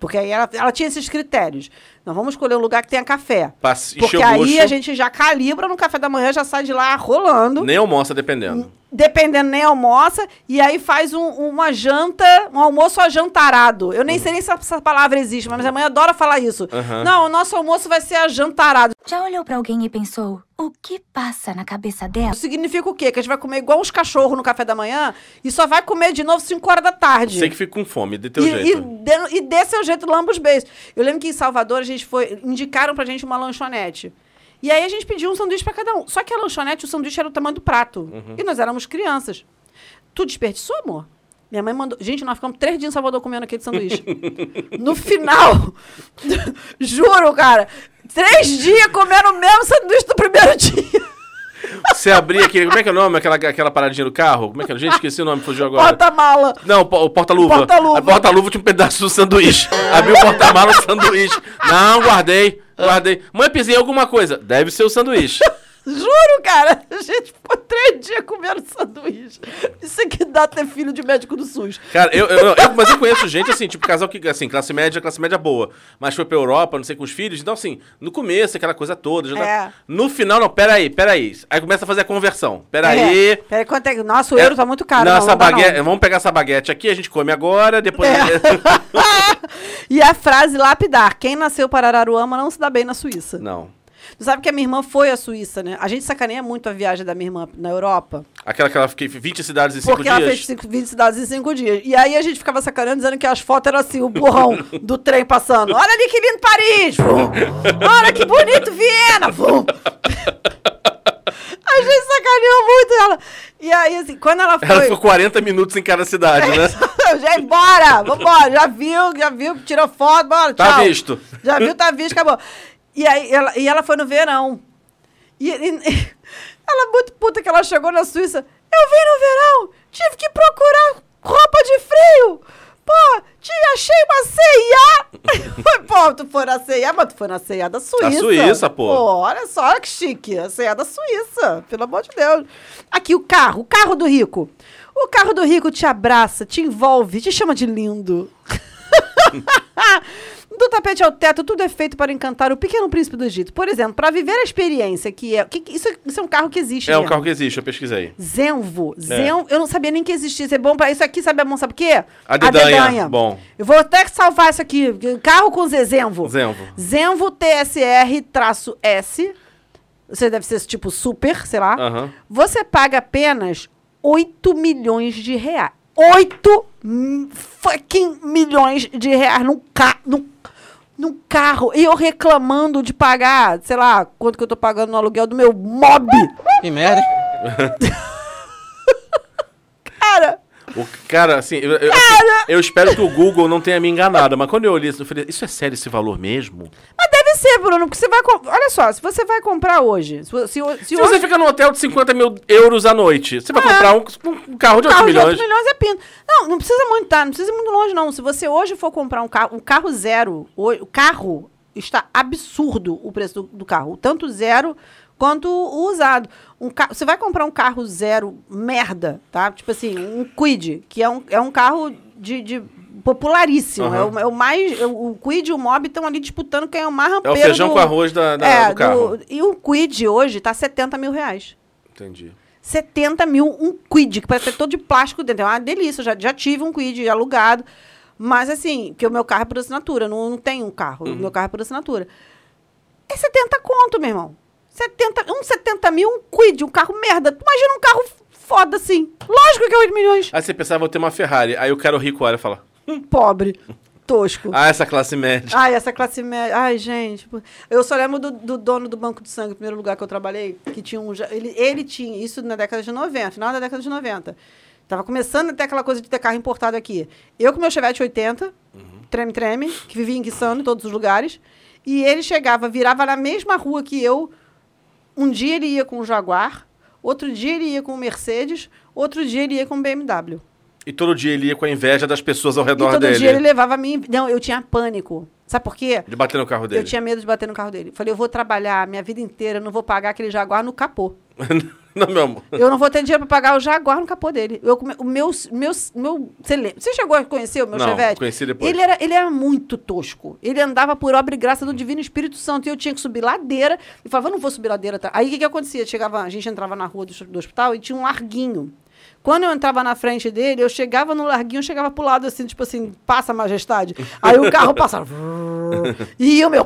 S1: Porque aí ela, ela tinha esses critérios. Nós vamos escolher um lugar que tenha café.
S3: Passe-
S1: porque
S3: encher o
S1: aí
S3: bucho.
S1: a gente já calibra no café da manhã, já sai de lá rolando.
S3: Nem almoça, dependendo.
S1: Dependendo, nem almoça. E aí faz um- uma janta, um almoço ajantarado. Eu nem sei nem se essa palavra existe, mas minha mãe adora falar isso. Não, o nosso almoço vai ser ajantarado.
S9: Já olhou pra alguém e pensou o que passa na cabeça dela?
S1: Isso significa o quê? Que a gente vai comer igual uns cachorros no café da manhã e só vai comer de novo 5 horas da tarde.
S3: Sei que fico com fome, de teu
S1: e,
S3: jeito.
S1: E, dê, e dê seu jeito, lamba os beijos. Eu lembro que em Salvador a gente foi. Indicaram pra gente uma lanchonete. E aí a gente pediu um sanduíche pra cada um. Só que a lanchonete, o sanduíche era o tamanho do prato.
S3: Uhum.
S1: E nós éramos crianças. Tu desperdiçou, amor? Minha mãe mandou. Gente, nós ficamos três dias em Salvador comendo aquele sanduíche. no final, juro, cara, três dias comendo o mesmo sanduíche do primeiro dia.
S3: Você abria aquele. Como é que é o nome? Aquela, aquela paradinha do carro? Como é que é? Gente, esqueci o nome, fugiu agora.
S1: Bota a mala.
S3: Não, po- o porta-luva.
S1: Porta-luva.
S3: A porta-luva tinha um pedaço do sanduíche. Abri o porta-mala do sanduíche. Não, guardei. Guardei. Mãe, pisei em alguma coisa. Deve ser o sanduíche.
S1: Juro, cara. A gente ficou três dias comendo sanduíche. Isso é que dá ter filho de médico do SUS.
S3: Cara, eu, eu- não, eu- mas eu conheço gente, assim, tipo, casal que, assim, classe média, classe média boa. Mas foi pra Europa, não sei, com os filhos. Então, assim, no começo, aquela coisa toda. já tá-
S1: É.
S3: No final, não, peraí, peraí. Aí começa a fazer a conversão. Peraí.
S1: É, peraí, quanto é que. Nossa, o euro tá muito caro.
S3: Não,
S1: não,
S3: essa
S1: não dá, não. É.
S3: baguete, Vamos pegar essa baguete aqui, a gente come agora, depois.
S1: e a frase lapidar: quem nasceu para Araruama não se dá bem na Suíça.
S3: não.
S1: Tu sabe que a minha irmã foi à Suíça, né? A gente sacaneia muito a viagem da minha irmã na Europa.
S3: Aquela que ela fiquei 20 cidades em 5
S1: Porque
S3: dias.
S1: ela fez cinco, 20 cidades em cinco dias. E aí a gente ficava sacaneando dizendo que as fotos eram assim, o burrão do trem passando. Olha ali que lindo Paris! vum. Olha que bonito Viena! vum. A gente sacaneou muito ela. E aí, assim, quando ela foi.
S3: Ela ficou 40 minutos em cada cidade, né?
S1: já é embora, vambora, já viu, já viu, tirou foto, bora,
S3: Tá
S1: tchau.
S3: visto.
S1: Já viu, tá visto, acabou. E aí, ela, e ela foi no verão. E, e- ela é muito puta que ela chegou na Suíça. Eu vim no verão, tive que procurar roupa de frio. Pô, te achei uma ceia. pô, tu foi na ceia, mas tu foi na ceia da Suíça.
S3: Suíça, pô.
S1: olha só, olha que chique. A ceia da Suíça, pelo amor de Deus. Aqui o carro, o carro do rico. O carro do rico te abraça, te envolve, te chama de lindo. Do tapete ao teto, tudo é feito para encantar o pequeno príncipe do Egito. Por exemplo, para viver a experiência que é. que- que- isso, isso é um carro que existe.
S3: É um
S1: mesmo.
S3: carro que existe, eu pesquisei.
S1: Zenvo.
S3: É.
S1: Zen, eu não sabia nem que existia. Isso é bom pra isso aqui, sabe, amor? Sabe o quê?
S3: A dedanha. Bom.
S1: Eu vou até salvar isso aqui. Carro com Z- Zenvo.
S3: Zenvo.
S1: Zenvo TSR-S. Você deve ser tipo super, sei lá.
S3: Aham.
S1: Você paga apenas 8 milhões de reais. 8 mi- fucking milhões de reais num, ca num, num carro. E eu reclamando de pagar, sei lá, quanto que eu tô pagando no aluguel do meu mob.
S5: Que merda, hein?
S1: Cara,
S3: O cara, assim, eu, eu- eu espero que o Google não tenha me enganado, mas quando eu olhei isso, eu falei, isso é sério esse valor mesmo?
S1: mas deve ser, Bruno, porque você vai. com- Olha só, se você vai comprar hoje. Se, se, se
S3: Se
S1: hoje
S3: você fica num hotel de 50 mil euros à noite, você vai comprar um, um carro de 8
S1: É. carro de
S3: milhões.
S1: 8 milhões é pinto. Não, não precisa muito, tá? Não precisa ir muito longe, não. Se você hoje for comprar um carro, um carro zero, ho- o carro está absurdo o preço do, do carro. Tanto zero quanto o usado. Um ca... Você vai comprar um carro zero merda, tá? Tipo assim, um Quid, que é um, é um carro de... de popularíssimo.
S3: Aham.
S1: É, o, é o mais... é o o Quid e o Mob estão ali disputando quem é o mais rampeiro
S3: feijão
S1: do-
S3: com arroz da- da- do carro.
S1: E o Quid hoje tá 70 mil reais.
S3: Entendi.
S1: 70 mil um quid, que parece ser todo de plástico dentro. É uma delícia, eu já, já tive um quid alugado. Mas assim, porque o meu carro é por assinatura, não, não tem um carro, o meu carro é por assinatura. É 70 conto, meu irmão. 70, um 70 mil, um quid, um carro merda. Tu imagina um carro foda assim. Lógico que é 8 milhões.
S3: Aí você pensava, vou ter uma Ferrari. Aí o cara rico olha e fala,
S1: Pobre, tosco.
S3: ah, essa classe média.
S1: Ai, essa classe média. Ai, gente. pô. Eu só lembro do, do dono do Banco de Sangue, o primeiro lugar que eu trabalhei, que tinha um. ja- Ele, ele tinha, isso na década de 90, final da década de 90. Tava começando até aquela coisa de ter carro importado aqui. Eu com meu Chevette 80, treme-treme, que vivia enguiçando em todos os lugares. E ele chegava, virava na mesma rua que eu. Um dia ele ia com o Jaguar, outro dia ele ia com o Mercedes, outro dia ele ia com um o BMW.
S3: E todo dia ele ia com a inveja das pessoas ao
S1: E
S3: redor
S1: todo
S3: dele.
S1: dia ele levava a mim. Não, eu tinha pânico. Sabe por quê?
S3: De bater no carro dele.
S1: Eu tinha medo de bater no carro dele. Falei, eu vou trabalhar minha vida inteira, eu não vou pagar aquele Jaguar no capô.
S3: Não, meu amor.
S1: Eu não vou ter dinheiro pra pagar o Jaguar no capô dele. Eu, come- o meu, meu, meu, você, lembra- você chegou a conhecer o meu
S3: Não,
S1: Chevette?
S3: conheci depois.
S1: Ele era, ele era muito tosco. Ele andava por obra e graça do Divino Espírito Santo. E eu tinha que subir ladeira. E falava, eu não vou subir ladeira. tá? Aí o que, que acontecia? Chegava, a gente entrava na rua do, hos- do hospital e tinha um larguinho. Quando eu entrava na frente dele, eu chegava no larguinho, eu chegava pro lado assim, tipo assim, passa majestade. Aí o carro passava. vrrr, E o meu.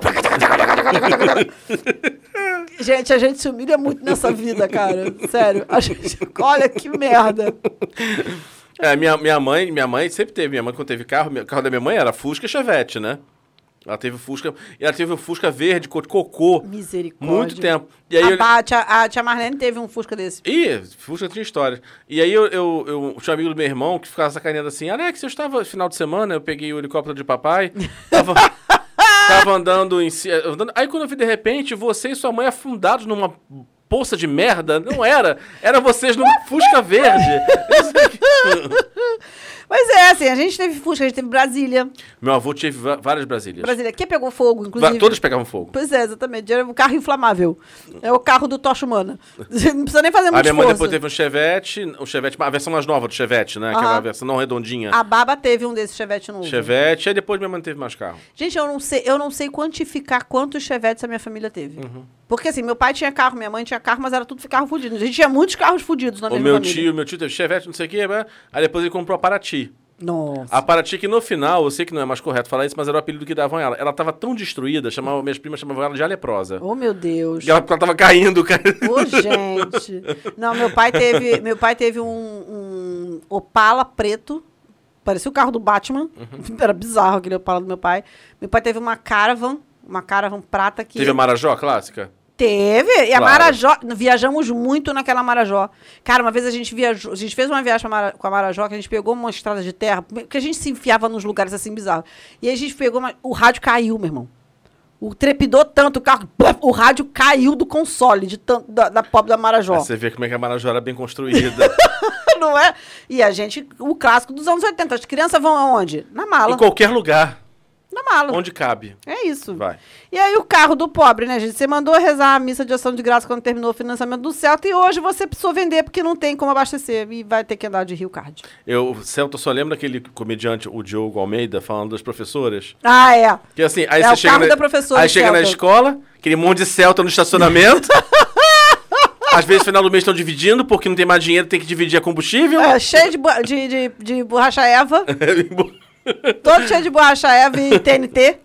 S1: Gente, a gente se humilha muito nessa vida, cara. Sério. A gente, olha que merda.
S3: É, minha, minha mãe, minha mãe sempre teve. Minha mãe, quando teve carro, minha- o carro da minha mãe era Fusca e Chevette, né? Ela teve o Fusca. E ela teve o Fusca verde, cor de cocô.
S1: Misericórdia.
S3: Muito tempo. E aí
S1: a,
S3: eu-
S1: Bá- a tia, a tia Marlene teve um Fusca desse.
S3: Ih, Fusca tinha história. E aí eu, eu, eu tinha um amigo do meu irmão que ficava sacaneando assim, Alex, eu estava final de semana, eu peguei o helicóptero de papai, tava, tava andando em si. andando- Aí quando eu vi de repente, você e sua mãe afundados numa poça de merda, não era. Era vocês no Fusca Verde.
S1: Mas é assim, a gente teve Fusca, a gente teve Brasília.
S3: meu avô teve va- várias Brasílias.
S1: Brasília, que pegou fogo,
S3: Va-
S1: inclusive.
S3: Todas pegavam fogo.
S1: Pois é, exatamente. Era um carro inflamável. É o carro do Tocha Humana. Não precisa nem fazer
S3: A
S1: muito
S3: minha mãe
S1: esforço.
S3: depois teve um Chevette, um Chevette, a versão mais nova do Chevette, né? Aquela
S1: Aham.
S3: versão não redondinha.
S1: A Baba teve um desses Chevette novo.
S3: Chevette, aí depois minha mãe teve mais carro.
S1: Gente, eu não sei, eu não sei quantificar quantos Chevettes a minha família teve.
S3: Uhum.
S1: Porque assim, meu pai tinha carro, minha mãe tinha carro, mas era tudo carro fudido. A gente tinha muitos carros fudidos na
S3: O
S1: minha
S3: meu
S1: família.
S3: tio, meu tio teve Chevette, não sei o quê, né? aí depois ele comprou a Paraty.
S1: Nossa.
S3: A Paraty que no final, eu sei que não é mais correto falar isso, mas era o apelido que davam a ela. Ela tava tão destruída, chamava, minhas primas chamavam ela de aleprosa.
S1: Oh, meu Deus.
S3: E ela, ela tava caindo, cara.
S1: Ô, gente. Não, meu pai teve, meu pai teve um, um Opala preto. Parecia o carro do Batman.
S3: Uhum.
S1: Era bizarro aquele Opala do meu pai. Meu pai teve uma Caravan, uma Caravan prata que
S3: Teve a Marajó clássica?
S1: Teve. E a
S3: Claro.
S1: Marajó. Viajamos muito naquela Marajó. Cara, uma vez a gente viajou. A gente fez uma viagem pra Mara- com a Marajó, que a gente pegou uma estrada de terra, que a gente se enfiava nos lugares assim bizarros. E aí a gente pegou. uma- O rádio caiu, meu irmão. O trepidou tanto, o carro. plaf, o rádio caiu do console, de tanto, da, da pobre da Marajó.
S3: Aí você vê como é que a Marajó era bem construída.
S1: Não é? E a gente. O clássico dos anos 80. As crianças vão aonde? Na mala.
S3: em qualquer lugar,
S1: Na mala.
S3: onde cabe.
S1: É isso.
S3: Vai.
S1: E aí o carro do pobre, né, gente? Você mandou rezar a missa de ação de graça quando terminou o financiamento do Celta e hoje você precisou vender porque não tem como abastecer e vai ter que andar de Rio Card.
S3: Eu, o Celto, só lembra aquele comediante, o Diogo Almeida, falando das professoras?
S1: Ah, é.
S3: Que assim, aí
S1: É
S3: você
S1: o
S3: chega
S1: carro
S3: na,
S1: da professora,
S3: Aí chega na
S1: Celta.
S3: escola, aquele monte de Celta no estacionamento. Às vezes, no final do mês, estão dividindo, porque não tem mais dinheiro, tem que dividir a combustível.
S1: É, cheio de, bo- de, de, de borracha Eva, todo cheio de borracha Eva e TNT.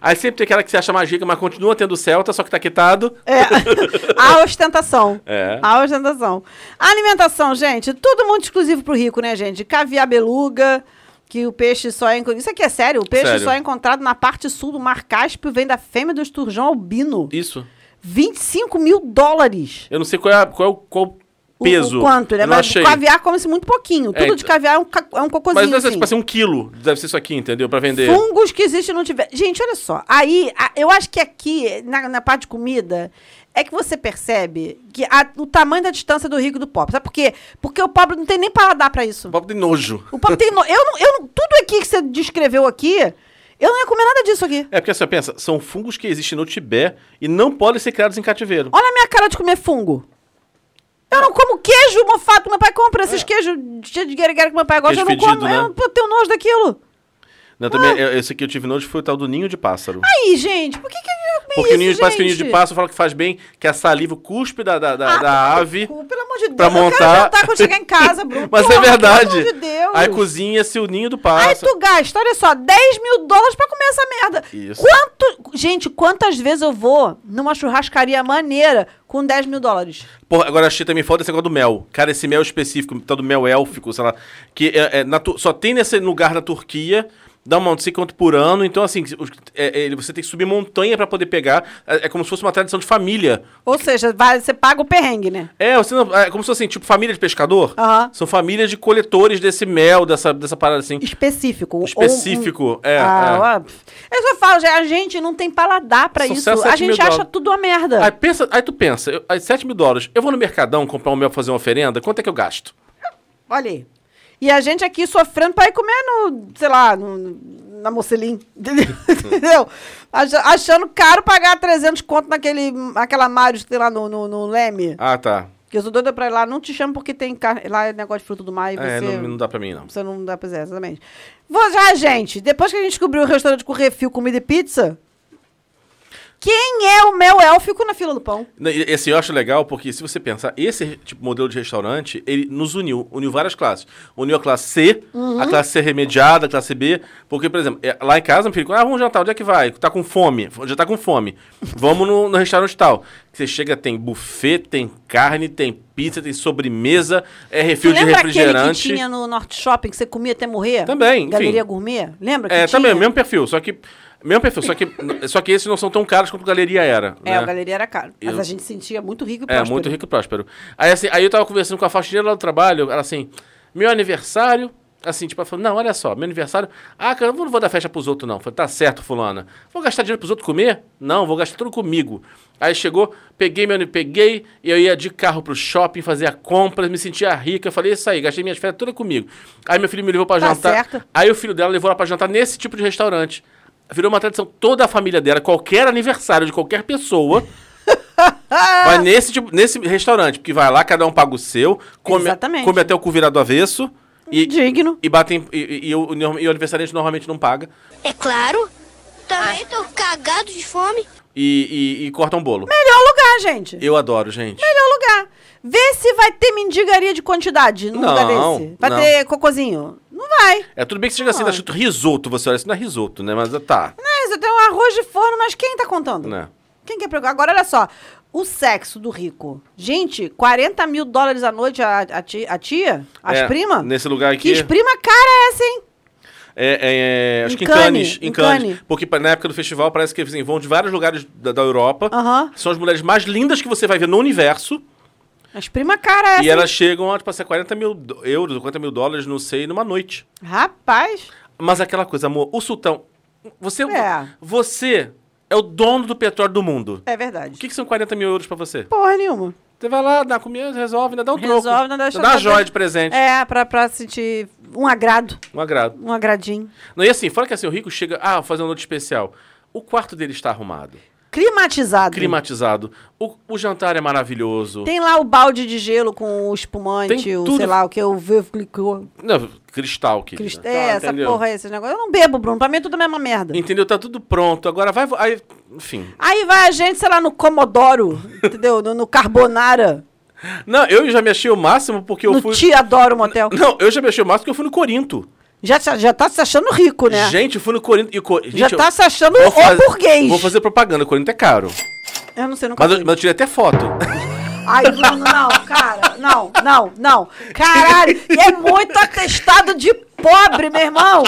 S3: aí sempre tem aquela que se acha mais rica, mas continua tendo Celta, só que tá quitado.
S1: É. A ostentação.
S3: É.
S1: A ostentação. A alimentação, gente, tudo muito exclusivo pro rico, né, gente? Caviar beluga, que o peixe só é. enco- Isso aqui é sério, o peixe
S3: Sério.
S1: só é encontrado na parte sul do Mar Cáspio, vem da fêmea do esturjão albino.
S3: Isso.
S1: 25 mil dólares.
S3: Eu não sei qual é, a- qual é o qual o
S1: O-
S3: peso.
S1: O quanto, né?
S3: Eu não
S1: Mas
S3: achei.
S1: caviar come-se muito pouquinho.
S3: É,
S1: Tudo de
S3: então-
S1: caviar é um, ca- é um cocôzinho.
S3: Mas deve ser
S1: assim.
S3: tipo assim, um quilo. Deve ser isso aqui, entendeu? Pra vender.
S1: Fungos que existem não tiver. Gente, olha só. Aí, a- eu acho que aqui, na, na parte de comida, é que você percebe que a- o tamanho da distância do rico e do pobre. Sabe por quê? Porque o pobre não tem nem paladar pra isso.
S3: Um papo de nojo.
S1: O pobre tem. No... Eu não, eu não- Tudo aqui que você descreveu aqui, eu não ia comer nada disso aqui.
S3: É porque você pensa, são fungos que existem no Tibete e não podem ser criados em cativeiro.
S1: Olha a minha cara de comer fungo. Eu não como queijo mofado que meu pai compra. Esses queijos cheio de guerreiro que meu pai gosta,
S3: Queijo
S1: eu não
S3: fedido,
S1: como.
S3: É. né?
S1: Eu, não- eu tenho nojo daquilo.
S3: Não, Né, também, eu- Esse aqui eu tive nojo foi o tal do ninho de pássaro.
S1: Aí, gente, por que que eu comi
S3: Porque
S1: isso,
S3: o ninho de pássaro, que o ninho de
S1: gente?
S3: pássaro fala que faz bem, que é a saliva o cuspe da, da, da,
S1: Ah,
S3: da ave.
S1: cu, Pelo amor de Deus,
S3: pra
S1: eu quero
S3: montar.
S1: jantar quando chegar em casa, Bruno.
S3: Mas
S1: Porra,
S3: é verdade.
S1: Pelo amor de Deus.
S3: Aí cozinha-se o ninho do
S1: Aí
S3: pássaro.
S1: tu gasta, olha só, 10 mil dólares pra comer essa merda.
S3: Isso.
S1: Quanto, gente, quantas vezes eu vou numa churrascaria maneira com 10 mil dólares?
S3: Porra, agora achei também foda esse negócio do mel. Cara, esse mel específico, tal do mel élfico, sei lá, que é, é na Tu- só tem nesse lugar na Turquia, dá uma não sei quanto por ano, então assim, os- é- é, você tem que subir montanha pra poder pegar, é, é como se fosse uma tradição de família.
S1: Ou seja, vai- você paga o perrengue, né?
S3: É, você não, é como se fosse assim, tipo família de pescador.
S1: Aham.
S3: São famílias de coletores desse mel, dessa, dessa parada assim.
S1: Específico. ou um-
S3: Específico, é,
S1: Ah,
S3: é.
S1: ó, Eu só falo, gente, a gente não tem paladar pra
S3: São
S1: isso.
S3: sete,
S1: A
S3: sete é mil
S1: gente acha
S3: dólares.
S1: tudo uma merda.
S3: Aí, pensa, aí tu pensa, eu, aí 7 mil dólares, eu vou no Mercadão comprar um mel pra fazer uma oferenda, quanto é que eu gasto?
S1: Olha aí. E a gente aqui sofrendo pra ir comer no, sei lá, no- na Mocelim, entendeu? Entendeu? Acha- Achando caro pagar 300 conto naquele, aquela Mário que tem lá no, no, no Leme.
S3: Ah, tá.
S1: Porque eu sou doida pra ir lá, não te chamo porque tem car... lá é negócio de fruto do mar e
S3: É,
S1: você.
S3: não, não dá pra mim, não.
S1: Você não dá pra dizer, exatamente. Vou já, gente. Depois que a gente descobriu o restaurante com refil, comida e pizza, quem é o meu élfico na fila do pão?
S3: Não, e- Esse eu acho legal porque, se você pensar, esse tipo, modelo de restaurante, ele nos uniu, uniu várias classes. Uniu a classe C,
S1: Uhum.
S3: a classe C remediada, a classe B. Porque, por exemplo, é, lá em casa, meu filho, ah, vamos jantar, onde é que vai? Tá com fome, já tá com fome. Vamos no, no restaurante tal. Você chega, tem buffet, tem carne, tem pizza, tem sobremesa, é refil de
S1: lembra aquele que
S3: refrigerante.
S1: tinha no Norte Shopping que você comia até morrer?
S3: Também, enfim.
S1: Galeria Gourmet? Lembra que
S3: É,
S1: tinha?
S3: também, mesmo perfil, só que. Mesmo perfil, só que, só que esses não são tão caros quanto galeria era.
S1: É,
S3: né?
S1: a galeria era caro. Mas
S3: Eu-
S1: a gente sentia muito rico e
S3: É,
S1: próspero.
S3: muito rico e próspero. Aí, assim, aí eu tava conversando com a faxineira lá do trabalho, ela assim, meu aniversário, assim, tipo, ela falou, não, olha só, meu aniversário, ah, cara, eu não vou dar festa pros outros, não. Eu Falei, tá certo, fulana. Vou gastar dinheiro pros outros comer? Não, vou gastar tudo comigo. Aí chegou, peguei meu ani- peguei, eu ia de carro pro shopping fazer a compra, me sentia rica. Eu falei, "É isso aí, gastei minhas férias tudo comigo. Aí meu filho me levou pra
S1: Tá
S3: jantar.
S1: certo.
S3: Aí o filho dela levou ela pra jantar nesse tipo de restaurante. Virou uma tradição, toda a família dela, qualquer aniversário de qualquer pessoa, Vai
S1: Ah.
S3: nesse, tipo, nesse restaurante, porque vai lá, cada um paga o seu, come,
S1: Exatamente.
S3: come até o cu virado do avesso e,
S1: Digno.
S3: e batem. E, e- e o, e o aniversariante normalmente não paga.
S10: É claro.
S1: Ah.
S10: Também tô cagado de fome.
S3: E, e, e cortam um bolo.
S1: Melhor lugar, gente.
S3: Eu adoro, gente.
S1: Melhor lugar. Vê se vai ter mendigaria de quantidade num
S3: Não,
S1: lugar desse. Vai
S3: não.
S1: ter cocôzinho. Não vai.
S3: É tudo bem que você chega assim, tá escrito risoto, você olha assim, não é risoto, né? Mas tá.
S1: Mas eu tenho um arroz de forno, mas quem tá contando?
S3: Né.
S1: Quem quer pegar? Agora, olha só. O sexo do rico. Gente, 40 mil dólares à noite a, a ti- a tia? As
S3: É,
S1: primas?
S3: Nesse lugar aqui.
S1: Que prima cara é essa, hein?
S3: É, é, é, acho
S1: Em
S3: que em
S1: Cannes,
S3: Cannes,
S1: em
S3: em Cannes.
S1: Cannes.
S3: Porque pa- na época do festival parece que assim, vão de vários lugares da, da Europa.
S1: Aham.
S3: São as mulheres mais lindas que você vai ver no universo.
S1: As prima cara é essa.
S3: E
S1: hein?
S3: elas chegam a, tipo assim, 40 mil do- euros, 40 mil dólares, não sei, numa noite.
S1: Rapaz.
S3: Mas aquela coisa, amor, o sultão. Você um
S1: É.
S3: você é o dono do petróleo do mundo.
S1: É
S3: O
S1: verdade.
S3: que, que são 40 mil euros pra você?
S1: Porra nenhuma.
S3: Você vai lá, dá comida, resolve, ainda dá um troco.
S1: Resolve, não
S3: Ainda
S1: deixa...
S3: dá uma joia de presente.
S1: É, pra, pra sentir um agrado.
S3: Um agrado.
S1: Um agradinho.
S3: Não, e assim, fora que assim, o rico chega, ah, vou fazer uma noite especial. O quarto dele está arrumado,
S1: Climatizado.
S3: climatizado. O, o jantar é maravilhoso.
S1: Tem lá o balde de gelo com o espumante,
S3: Tem
S1: o,
S3: tudo.
S1: sei lá, o que eu vi, clicou.
S3: Não, cristal, querida.
S1: Crist...
S3: Tá,
S1: É, essa
S3: entendeu?
S1: porra aí, esses negócios. Eu não bebo, Bruno. Pra mim é tudo a mesma merda.
S3: Entendeu? Tá tudo pronto. Agora vai... vo- Aí, enfim.
S1: Aí vai a gente, sei lá, no Comodoro, entendeu? No, no Carbonara,
S3: Não, eu já me achei o máximo porque eu
S1: no
S3: fui...
S1: Tia Adoro Motel.
S3: Não, eu já me achei o máximo porque eu fui no Corinto.
S1: Já, se- já tá se achando rico, né?
S3: Gente, eu fui no Corinthians. e o Cor-
S1: já
S3: gente,
S1: tá
S3: eu-
S1: se achando
S3: vou
S1: o
S3: fazer-
S1: burguês.
S3: Vou fazer propaganda, o Corinthians é caro.
S1: Eu não sei, nunca
S3: Mas eu,
S1: fui.
S3: mas eu tirei até foto.
S1: Ai, Bruno, não, cara. Não, não, não. Caralho, e é muito atestado de pobre, meu irmão.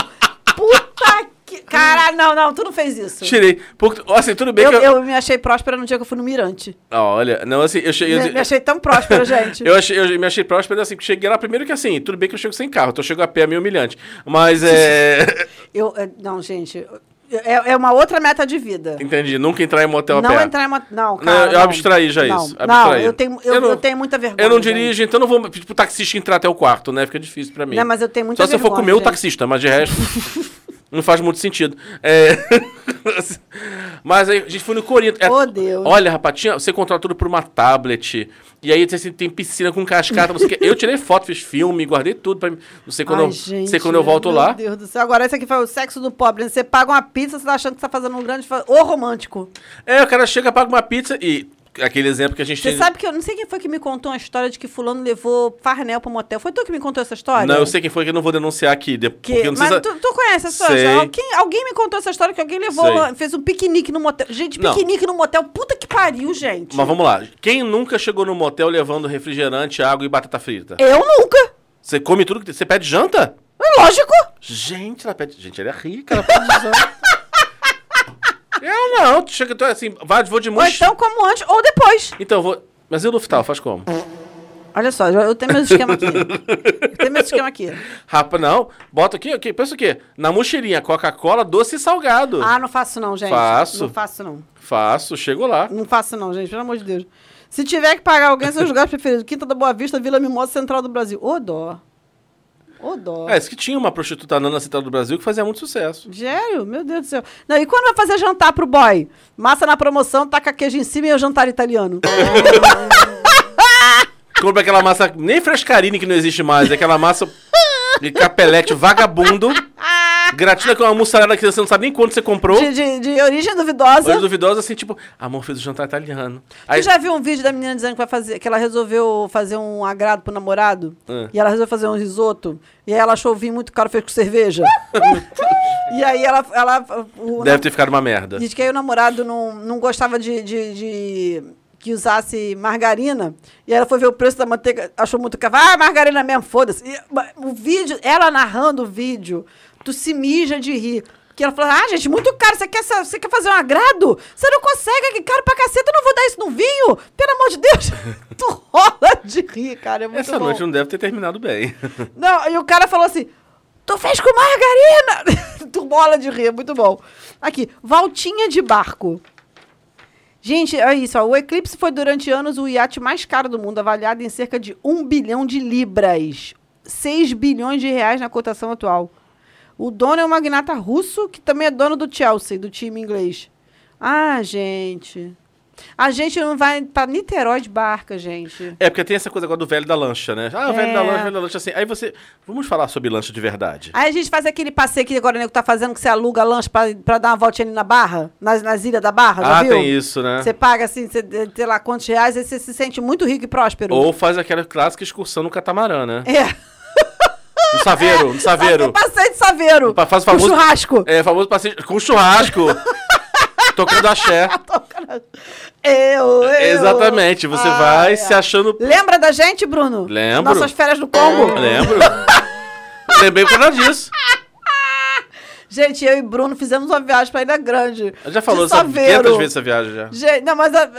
S1: Puta que... Caralho, não, não, tu não fez isso.
S3: tirei. Porque, assim, tudo bem
S1: Eu,
S3: que eu.
S1: eu me achei próspera no dia que eu fui no Mirante.
S3: Ah, olha, não, assim, eu cheguei.
S1: Me, me achei tão próspera, gente.
S3: Eu, achei, eu me achei próspero, assim, que cheguei lá primeiro que assim, tudo bem que eu chego sem carro, então eu chego a pé é meio humilhante. Mas é.
S1: Eu, é, não, gente, é, é uma outra meta de vida.
S3: Entendi, nunca entrar em motel a
S1: Não
S3: Então, é pé.
S1: entrar em moto. Não,
S3: Não,
S1: cara.
S3: eu abstraí já
S1: não.
S3: isso.
S1: Não,
S3: abstraí.
S1: eu tenho, eu,
S3: não-
S1: eu tenho muita vergonha.
S3: Eu não
S1: gente.
S3: dirijo, então eu não vou pedir pro taxista entrar até o quarto, né? Fica difícil pra mim.
S1: Não, mas eu tenho muita
S3: Só se eu for
S1: vergonha,
S3: comer o
S1: gente.
S3: taxista, mas de resto. não faz muito sentido. É. mas aí a gente foi no Corinto. É-
S1: Ô, Deus.
S3: Olha, rapaz, tinha- você controla tudo por uma tablet. E aí assim, tem piscina com cascata. não sei o quê. Eu tirei foto, fiz filme, guardei tudo pra mim. Não sei quando,
S1: Ai,
S3: eu,
S1: gente,
S3: sei quando eu volto
S1: meu
S3: lá.
S1: Meu Deus do céu. Agora, esse aqui foi o sexo do pobre. né? Você paga uma pizza, você tá achando que você tá fazendo um grande. fa- Ô, romântico.
S3: É, o cara chega, paga uma pizza e. Aquele exemplo que a gente
S1: Você
S3: tem.
S1: sabe que eu não sei quem foi que me contou uma história de que Fulano levou Farnel pra motel. Foi tu que me contou essa história?
S3: Não, eu sei quem foi que eu não vou denunciar aqui. de-
S1: Que-
S3: porque eu não sei
S1: mas
S3: se-
S1: tu, tu conhece essa história?
S3: Sei.
S1: Alguém, alguém me contou essa história que alguém levou,
S3: Sei.
S1: uma- fez um piquenique no motel. Gente,
S3: Não.
S1: piquenique no motel, puta que pariu, gente.
S3: Mas vamos lá. Quem nunca chegou no motel levando refrigerante, água e batata frita?
S1: Eu nunca.
S3: Você come tudo que tem. Você pede janta?
S1: É Lógico.
S3: Gente, ela pede. Gente, ela é rica, ela pede janta. eu não. Tu chega, tu é assim, vai, vou de
S1: Ou
S3: mochila.
S1: então, como antes, ou depois.
S3: Então, eu vou. Mas e o Luftal, faz como?
S1: Olha só, eu eu tenho meu esquema aqui. Eu tenho meu esquema aqui.
S3: Rapa, não. Bota aqui, aqui. Pensa o quê? Na mochilinha, Coca-Cola, doce e salgado.
S1: Ah, não faço não, gente.
S3: Faço.
S1: Não faço não.
S3: Faço, chego lá.
S1: Não faço não, gente, pelo amor de Deus. Se tiver que pagar alguém, seus lugares preferidos. Quinta da Boa Vista, Vila Mimosa, Central do Brasil. Ô dó. Ô dó.
S3: É, isso que tinha uma prostituta anã na cidade do Brasil que fazia muito sucesso.
S1: Gério, meu Deus do céu. Não, e quando vai fazer jantar pro boy? é Massa na promoção, taca queijo em cima e o jantar italiano.
S3: Compra aquela massa, nem frescarine que não existe mais, é aquela massa de capelete vagabundo. Gratina com uma mussarela que você não sabe nem quanto você comprou.
S1: De, de- de origem duvidosa.
S3: Hoje duvidosa, assim, tipo, amor, fiz o jantar italiano. Aí,
S1: Tu já viu um vídeo da menina dizendo que, vai fazer, que ela resolveu fazer um agrado pro namorado?
S3: É.
S1: E ela resolveu fazer um risoto. E aí ela achou o vinho muito caro, fez com cerveja. e aí ela. ela o,
S3: deve ter ficado uma merda.
S1: Diz que aí o namorado não, não gostava de, de- de- que usasse margarina. E aí ela foi ver o preço da manteiga, achou muito caro. Ah, margarina mesmo, foda-se. E, ma- O vídeo, ela narrando o vídeo, tu se mija de rir. Que ela falou, ah, gente, muito caro, você quer, essa- você quer fazer um agrado? Você não consegue, é que caro pra caceta, eu não vou dar isso no vinho? Pelo amor de Deus! tu rola de rir, cara, é muito
S3: Essa
S1: bom.
S3: noite não deve ter terminado bem.
S1: Não, e o cara falou assim: Tu fez com margarina! tu bola de rir, é muito bom. Aqui, Valtinha de barco. Gente, é isso. ó, o eclipse foi durante anos o iate mais caro do mundo, avaliado em cerca de 1 bilhão de libras. 6 bilhões de reais na cotação atual. O dono é um magnata russo que também é dono do Chelsea, do time inglês. Ah, gente. A gente não vai pra Niterói de barca, gente.
S3: É, porque tem essa coisa agora do velho da lancha, né? Ah, o velho
S1: É.
S3: da lancha, velho da lancha, assim. Aí você. Vamos falar sobre lancha de verdade.
S1: Aí a gente faz aquele passeio que agora o nego tá fazendo, que você aluga lanche pra, pra dar uma voltinha ali na barra, nas, nas ilhas da barra, já
S3: Ah,
S1: viu?
S3: tem isso, né?
S1: Você paga assim, você, sei lá quantos reais, aí você se sente muito rico e próspero.
S3: Ou faz aquela clássica excursão no catamarã, né?
S1: É.
S3: No saveiro, no saveiro.
S1: Eu passei de saveiro.
S3: Pa- Faz o
S1: Com
S3: famoso.
S1: churrasco.
S3: É, famoso passeio com churrasco. Tocando axé.
S1: Eu, eu.
S3: É, Exatamente. Você
S1: Ai,
S3: vai
S1: ai.
S3: se achando.
S1: Lembra da gente, Bruno?
S3: Lembro.
S1: Nossas férias do Combo.
S3: Lembro. Lembrei por causa disso.
S1: Gente, eu e Bruno fizemos uma viagem pra Ilha Grande.
S3: Eu já falou
S1: de
S3: essa,
S1: saveiro.
S3: 500 vezes essa viagem já.
S1: Gente, não, mas a-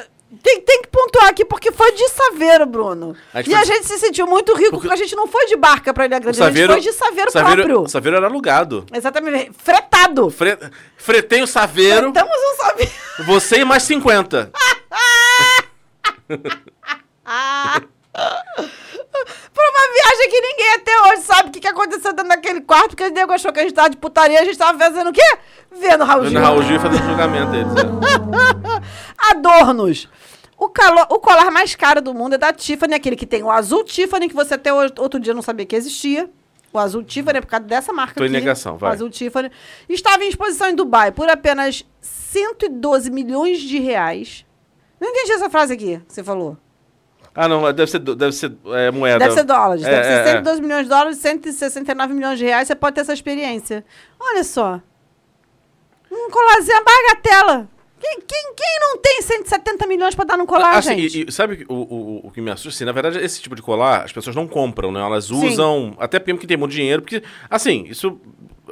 S1: tem, tem que pontuar aqui, porque foi de saveiro, Bruno.
S3: A
S1: e
S3: gente foi
S1: a
S3: de-
S1: gente se sentiu muito rico, porque, a gente não foi de barca pra Ilha
S3: O
S1: Grande,
S3: saveiro,
S1: a gente foi de saveiro, próprio.
S3: O saveiro era alugado.
S1: Exatamente, fretado.
S3: Fre, fretei o saveiro,
S1: Fretamos um saveiro.
S3: você e mais 50.
S1: Pra uma viagem que ninguém até hoje sabe o que, que aconteceu dentro daquele quarto, porque o nego achou que a gente tava de putaria, a gente tava fazendo o quê? Vendo Raul
S3: Vendo
S1: Gil.
S3: Raul Gil fazendo julgamento deles. né?
S1: Adornos. O, calo- o colar mais caro do mundo é da Tiffany, aquele que tem o azul Tiffany, que você até hoje- outro dia não sabia que existia. O azul Tiffany é por causa dessa marca
S3: Tô em
S1: aqui.
S3: negação, vai.
S1: O azul Tiffany. Estava em exposição em Dubai por apenas 112 milhões de reais. Não entendi essa frase aqui que você falou.
S3: Ah, não, deve ser, do- deve ser é, moeda.
S1: Deve ser dólares.
S3: É,
S1: deve ser
S3: é,
S1: 112 milhões de dólares, 169 milhões de reais. Você pode ter essa experiência. Olha só. Um colarzinho, uma bagatela. Quem, quem, quem não tem 170 milhões pra dar num colar,
S3: Ah, assim,
S1: gente?
S3: e, e sabe o, o, o que me assusta? Assim, na verdade, esse tipo de colar, as pessoas não compram, né? Elas
S1: Sim.
S3: usam, até mesmo que tem muito dinheiro, porque, assim, isso...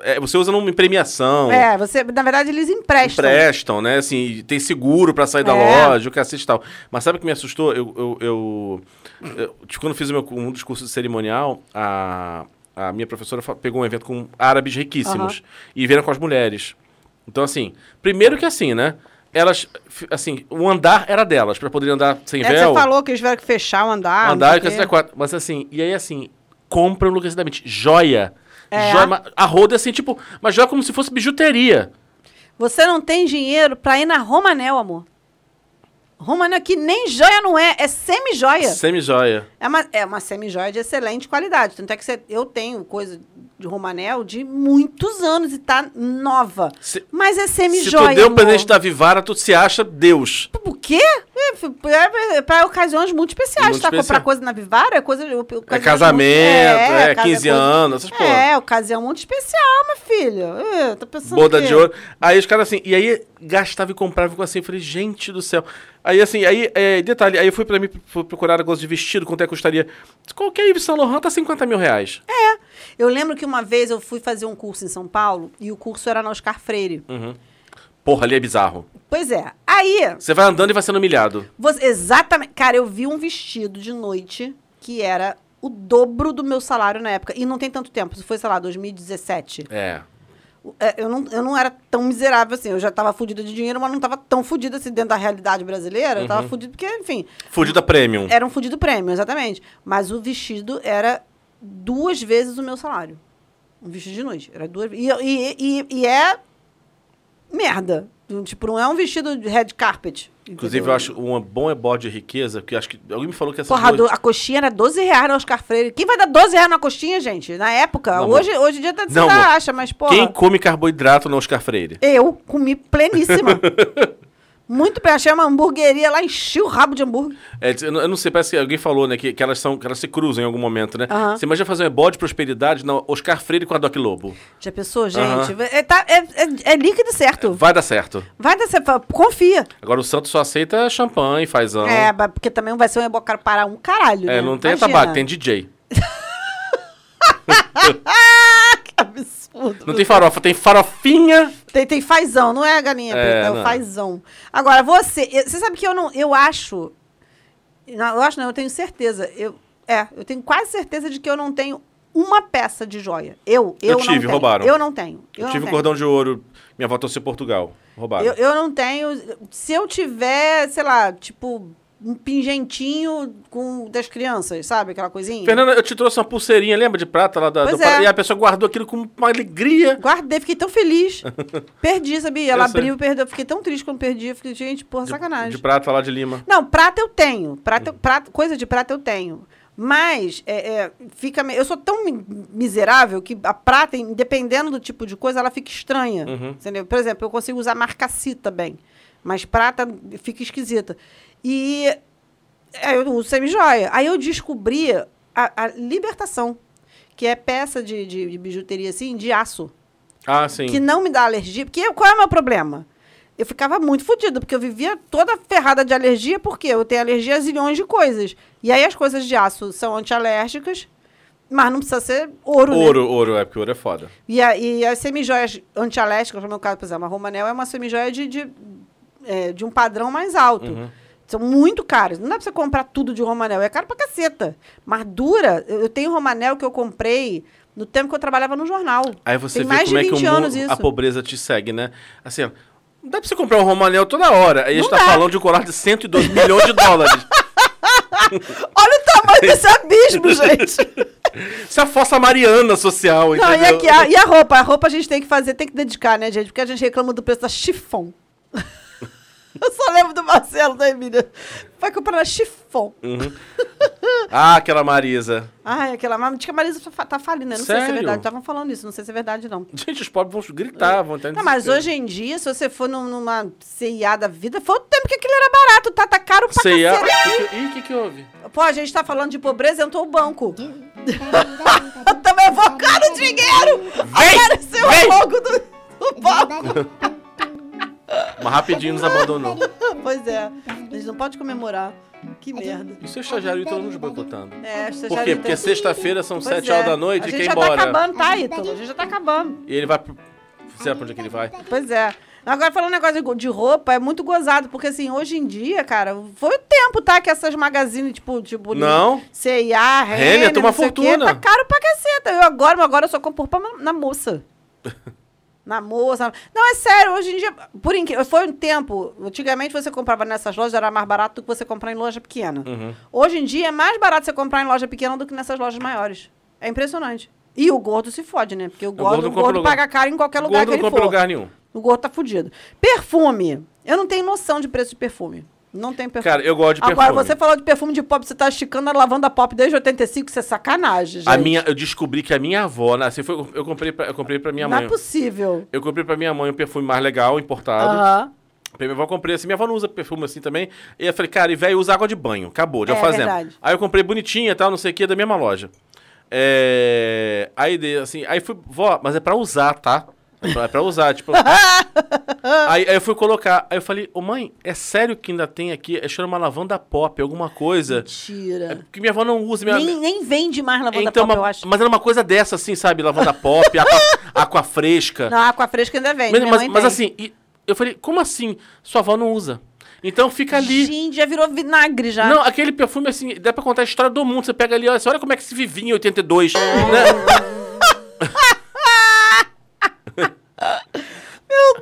S3: é, você usa numa premiação,
S1: É, você, na verdade, eles emprestam.
S3: prestam, né? Assim, e tem seguro pra sair da
S1: É.
S3: loja, o cacete e tal. Mas sabe o que me assustou? Eu, eu, eu, eu- tipo, quando fiz o meu, um dos cursos de cerimonial, a, a minha professora fa- pegou um evento com árabes riquíssimos e vieram com as mulheres. Então, assim, primeiro que assim, né? Elas, fi- assim, o andar era delas, pra poder andar sem
S1: É, você
S3: véu.
S1: falou que eles tiveram que fechar o andar. não
S3: andar e
S1: sei o quê.
S3: cacete a quatro. Mas assim, e aí assim, compram enlouquecidamente. Joia.
S1: É.
S3: Joia, ma- a roda assim, tipo, mas joia como se fosse bijuteria.
S1: Você não tem dinheiro pra ir na Romanel, amor. Romanel que nem joia não é, é semi-joia.
S3: Semi-joia.
S1: É uma, é uma semi-joia de excelente qualidade. Tanto é que você- eu tenho coisa de Romanel de muitos anos e tá nova.
S3: Se-
S1: Mas é
S3: Se tu
S1: semi-joia.
S3: deu o
S1: amor.
S3: presente da Vivara, tu se acha Deus.
S1: O quê? É, f- é, é pra ocasiões muito especiais.
S3: Muito
S1: tá?
S3: especial.
S1: Comprar coisa na Vivara é coisa. ocasiões
S3: É casamento,
S1: muito-
S3: é,
S1: casa-
S3: 15
S1: coisa-
S3: anos, essas porra.
S1: É, ocasião muito especial, meu filho. É, tá pensando o
S3: Boda
S1: quê?
S3: de ouro. Aí os caras assim, e aí gastava e comprava e ficou assim, eu falei, gente do céu. Aí assim, aí, é, detalhe, aí eu fui pra mim fui procurar negócio de vestido, quanto é que custaria. Qualquer Yves Saint Laurent tá 50 mil reais.
S1: É. Eu lembro que uma vez eu fui fazer um curso em São Paulo e o curso era na Oscar Freire.
S3: Uhum. Porra, ali é bizarro.
S1: Pois é. Aí,
S3: Você vai andando e vai sendo humilhado.
S1: Você- exatamente. Cara, eu vi um vestido de noite que era o dobro do meu salário na época. E não tem tanto tempo. Isso foi, sei lá, 2017.
S3: É.
S1: O- é, Eu não, eu não era tão miserável assim. Eu já tava fudida de dinheiro, mas não tava tão fudida assim dentro da realidade brasileira. Eu
S3: Uhum.
S1: tava fudida porque, enfim,
S3: Fudida premium.
S1: era um fudido prêmio, exatamente. Mas o vestido era duas vezes o meu salário. Um vestido de noite. Era duas e, e, e, e é merda. Não, Tipo, não é um vestido de red carpet.
S3: Inclusive, eu acho um bom ebode de riqueza, que acho que. Alguém me falou que essa.
S1: Porra, do- a coxinha era 12 reais na Oscar Freire. Quem vai dar 12 reais na coxinha, gente? Na época.
S3: Não,
S1: hoje,
S3: amor.
S1: hoje em dia tá, você
S3: Não, amor.
S1: ainda acha, mas porra.
S3: Quem come carboidrato no Oscar Freire?
S1: Eu comi pleníssima. Muito bem. Achei uma hamburgueria lá, enchi o rabo de hambúrguer.
S3: É, eu não eu não sei, parece que alguém falou, né? Que, que elas são, que elas se cruzam em algum momento, né?
S1: Aham.
S3: Você imagina fazer um ebó de prosperidade na Oscar Freire com a Doc Lobo.
S1: Já pensou,
S3: Aham.
S1: gente? É, tá- é- é- é líquido certo.
S3: Vai dar certo.
S1: Vai dar certo. Confia.
S3: Agora o Santos só aceita champanhe, fazão.
S1: É, mas porque também não vai ser um embocado para um caralho.
S3: É,
S1: né?
S3: não tem
S1: Imagina.
S3: tabaco, tem DJ.
S1: Ah, Que absurdo.
S3: Não tem farofa, tem farofinha.
S1: Tem, tem fazão, não é a galinha
S3: É,
S1: preta, é
S3: não.
S1: o fazão. Agora, você. eu- você sabe que eu não. Eu acho. Não, eu acho, não, eu tenho certeza. Eu, é, eu tenho quase certeza de que eu não tenho uma peça de joia. Eu, eu,
S3: Eu
S1: não
S3: tive,
S1: tenho.
S3: roubaram.
S1: Eu não tenho.
S3: Eu,
S1: não
S3: tive um
S1: tenho.
S3: cordão de ouro. Minha avó torceu Portugal. Roubaram.
S1: Eu, eu não tenho. Se eu tiver, sei lá, tipo, um pingentinho com, das crianças, sabe? Aquela coisinha.
S3: Fernanda, eu te trouxe uma pulseirinha, lembra de prata lá da.
S1: Pois
S3: do Pará?
S1: é.
S3: E a pessoa guardou aquilo com uma alegria.
S1: Guardei, fiquei tão feliz. perdi, sabia? Ela
S3: Eu sei.
S1: abriu, perdeu. Fiquei tão triste quando perdi. Eu Fiquei, gente, porra, sacanagem.
S3: De prata lá de Lima.
S1: Não, prata eu tenho. Prata, eu- prata- coisa de prata eu tenho. Mas é, é, fica. me- Eu sou tão mi- miserável que a prata, em- dependendo do tipo de coisa, ela fica estranha. Entendeu? Por exemplo, eu consigo usar marcacita bem. Mas prata fica esquisita. E é, eu uso semijoia. Aí eu descobri a, a libertação, que é peça de, de- de bijuteria assim, de aço
S3: Ah, sim.
S1: que não me dá alergia. Porque eu- qual é o meu problema? Eu ficava muito fodida, porque eu vivia toda ferrada de alergia, porque eu tenho alergia a zilhões de coisas. E aí as coisas de aço são antialérgicas, mas não precisa ser ouro, né?
S3: Ouro, ouro, é, porque ouro é foda.
S1: E, a, e as semijoias antialérgicas, no meu caso, por exemplo, a Romanel é uma semijoia de, de, é, de um padrão mais alto.
S3: Uhum.
S1: São muito caras. Não dá pra você comprar tudo de Romanel. É caro pra caceta. Mas dura. Eu eu tenho Romanel que eu comprei no tempo que eu trabalhava no jornal.
S3: Aí você
S1: Tem
S3: vê
S1: mais
S3: como é
S1: de
S3: que o
S1: 20
S3: mundo,
S1: anos isso.
S3: a pobreza te segue, né? Assim, ó, não dá pra você comprar um Romanel toda hora. Aí a gente tá falando de um colar de 102 milhões de dólares.
S1: Olha o tamanho desse abismo, gente.
S3: Isso é a fossa mariana social,
S1: Não, e,
S3: entendeu?
S1: aqui, a, e a roupa? A roupa a gente tem que fazer, tem que dedicar, né, gente? Porque a gente reclama do preço da chifão. Eu só lembro do Marcelo, da Emília. Vai comprar na chifão.
S3: Ah, aquela Marisa.
S1: Ai, aquela mas diz que a Marisa fa- tá falindo, né? Não sei se
S3: Sério? Tá
S1: é verdade. Estavam falando isso, não sei se é verdade, não.
S3: Gente, os pobres vão gritar, vão entender.
S1: Não, mas hoje em dia, se você for num- numa CIA da vida, foi o tempo que aquilo era barato, tá, tá caro pra
S3: Sei, ah,
S1: cacete.
S3: que que- Ih, o que, que houve?
S1: Pô, a gente tá falando de pobreza, entrou o banco. Eu Tamo evocando o dinheiro! Apareceu
S3: vem.
S1: o logo do, do banco.
S3: Mas rapidinho nos abandonou.
S1: Pois é, a gente não pode comemorar. Que merda.
S3: E seu estagiário Ítalo nos boicotando?
S1: É, essa
S3: Por
S1: já
S3: quê?
S1: não
S3: Porque
S1: tem-
S3: sexta-feira são
S1: Pois
S3: 7
S1: é.
S3: horas da noite
S1: a
S3: e
S1: gente
S3: quer ir
S1: já
S3: embora.
S1: tá acabando, tá, Ítalo? A gente já tá acabando.
S3: E ele vai. pro- Sei lá pra onde é que ele vai.
S1: Pois é. Agora, falando um negócio de go- de roupa, é muito gozado, porque assim, hoje em dia, cara, foi o tempo, tá? Que essas magazines, tipo, tipo.
S3: Não.
S1: C&A,
S3: Renner,
S1: Renner,
S3: toma
S1: não sei o quê,
S3: fortuna.
S1: Tá caro pra caceta. Eu agora, agora eu só compro roupa na- na moça. Na moça. Não, é sério, hoje em dia, por incrível, foi um tempo. Antigamente você comprava nessas lojas, era mais barato do que você comprar em loja pequena.
S3: Uhum.
S1: Hoje em dia é mais barato você comprar em loja pequena do que nessas lojas maiores. É impressionante. E o gordo se fode, né? Porque o gordo,
S3: gordo
S1: o
S3: não compra
S1: gordo
S3: lugar.
S1: paga caro em qualquer
S3: O
S1: lugar
S3: gordo
S1: que
S3: não
S1: ele for.
S3: compra em lugar nenhum.
S1: O gordo tá fudido. Perfume. Eu não tenho noção de preço de perfume. Não tem perfume.
S3: Cara, eu gosto de
S1: Agora,
S3: perfume.
S1: você falou de perfume de pop, você tá esticando a lavanda pop desde 85, isso é sacanagem, gente.
S3: A minha, eu descobri que a minha avó, né, assim, foi, eu comprei pra, eu comprei pra minha
S1: Não
S3: mãe.
S1: é possível.
S3: Eu comprei pra minha mãe um perfume mais legal, importado.
S1: Aham.
S3: Pra minha avó, eu comprei assim. Minha avó não usa perfume assim também. E eu falei, cara, e velho, usa água de banho. Acabou, já
S1: É,
S3: faz
S1: verdade.
S3: tempo. Aí eu comprei bonitinha e tal, não sei o que, da mesma loja. É... Aí dei assim, aí fui, vó, mas é pra usar, tá? É pra, é pra usar, tipo. aí, aí eu fui colocar. Aí eu falei, ô mãe, é sério que ainda tem aqui? É chama lavanda pop, alguma coisa. É
S1: Mentira.
S3: porque minha avó não usa. Minha,
S1: Nem, nem vende mais lavanda
S3: então,
S1: pop,
S3: uma-
S1: eu acho.
S3: Mas era uma coisa dessa, assim, sabe? Lavanda pop, aqua, aqua fresca.
S1: Não, a água fresca ainda vende.
S3: mas,
S1: É, minha
S3: mas-
S1: mãe
S3: mas
S1: tem.
S3: assim, e- eu falei, como assim? Sua avó não usa. Então fica ali.
S1: Gente, já virou vinagre já.
S3: Não, aquele perfume, assim, dá pra contar a história do mundo. Você pega ali, olha, você olha como é que se vivia em 82,
S1: É.
S3: né?
S1: Meu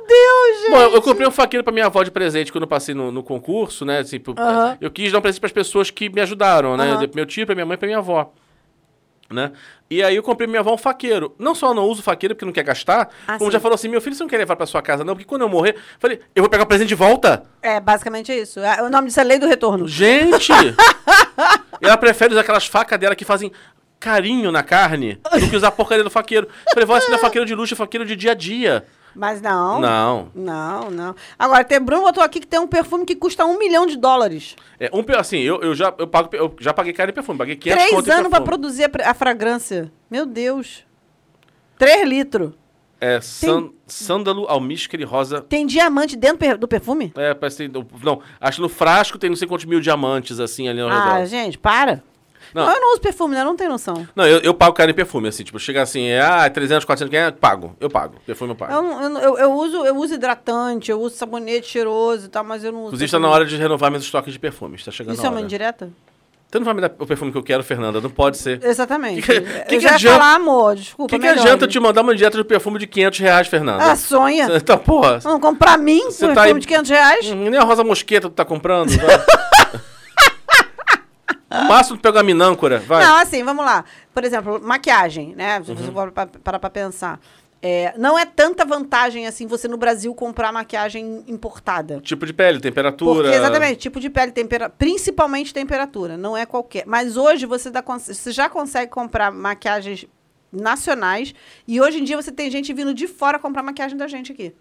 S1: Deus, gente.
S3: Bom, eu, eu comprei um faqueiro pra minha avó de presente quando eu passei no, no concurso, né? Assim, pro- Eu quis dar um presente pras pessoas que me ajudaram, né?
S1: Aham.
S3: Pro meu tio, pra minha mãe, pra minha avó. né? E aí eu comprei pra minha avó um faqueiro. Não só eu não uso faqueiro porque não quer gastar,
S1: Ah,
S3: como
S1: sim.
S3: já falou assim, meu filho, você não quer levar pra sua casa não, porque quando eu morrer, eu falei, eu vou pegar o presente de volta.
S1: É, basicamente é isso. É, O nome disso é Lei do Retorno.
S3: Gente! E ela prefere usar aquelas facas dela que fazem carinho na carne do que usar a porcaria do faqueiro. Eu falei, vó, isso não é faqueiro de luxo, é faqueiro de dia a dia.
S1: Mas não.
S3: Não.
S1: Não, não. Agora, tem Bruno botou aqui que tem um perfume que custa um milhão de dólares.
S3: É, um, pe- assim, eu, eu já, eu, pago, eu já paguei caro em perfume, paguei 500
S1: Três
S3: conto tá em
S1: anos pra
S3: perfume.
S1: produzir a, pre- a fragrância. Meu Deus. Três litros.
S3: É san- sândalo, almíscar e rosa.
S1: Tem diamante dentro per- do perfume?
S3: É, parece que tem, Não, acho que no frasco tem não sei quantos mil diamantes, assim, ali ao
S1: Ah,
S3: redor.
S1: gente, para.
S3: Não.
S1: Não. eu não uso perfume, né? Eu não tenho noção.
S3: Não, eu, eu pago caro em perfume, assim, tipo, chega assim, é, ah, 300, 400, 500, pago, eu pago, perfume eu pago.
S1: Eu, não- eu não- eu- eu uso, eu uso hidratante, eu uso sabonete cheiroso e tal, mas eu não uso.
S3: Inclusive, tá na
S1: perfume.
S3: hora de renovar meus estoques de perfumes, tá chegando
S1: Isso
S3: a
S1: é
S3: hora.
S1: uma indireta?
S3: Você não vai me dar o perfume que eu quero, Fernanda, não pode ser.
S1: é Exatamente.
S3: Que que-
S1: eu
S3: que que
S1: já ia
S3: adianta-
S1: falar, amor, desculpa.
S3: que, que
S1: melhore.
S3: adianta eu te mandar uma dieta de perfume de 500 reais, Fernanda?
S1: né? Ah, sonha.
S3: Cê- Tá, porra.
S1: Não, comprar mim
S3: Você
S1: um
S3: tá
S1: perfume
S3: aí-
S1: de 500 reais?
S3: Hum, Nem a rosa mosqueta tu tá comprando. Vai. No máximo tu pega a minâncora, vai. Uhum.
S1: Não, assim, vamos lá. Por exemplo, maquiagem, né? Se você for pa- parar pra pensar. É, não é tanta vantagem assim você no Brasil comprar maquiagem importada.
S3: Tipo de pele, temperatura.
S1: Porque, exatamente, tipo de pele, temperatura, principalmente temperatura, não é qualquer. Mas hoje você, dá, cons- você já consegue comprar maquiagens nacionais e hoje em dia você tem gente vindo de fora comprar maquiagem da gente aqui.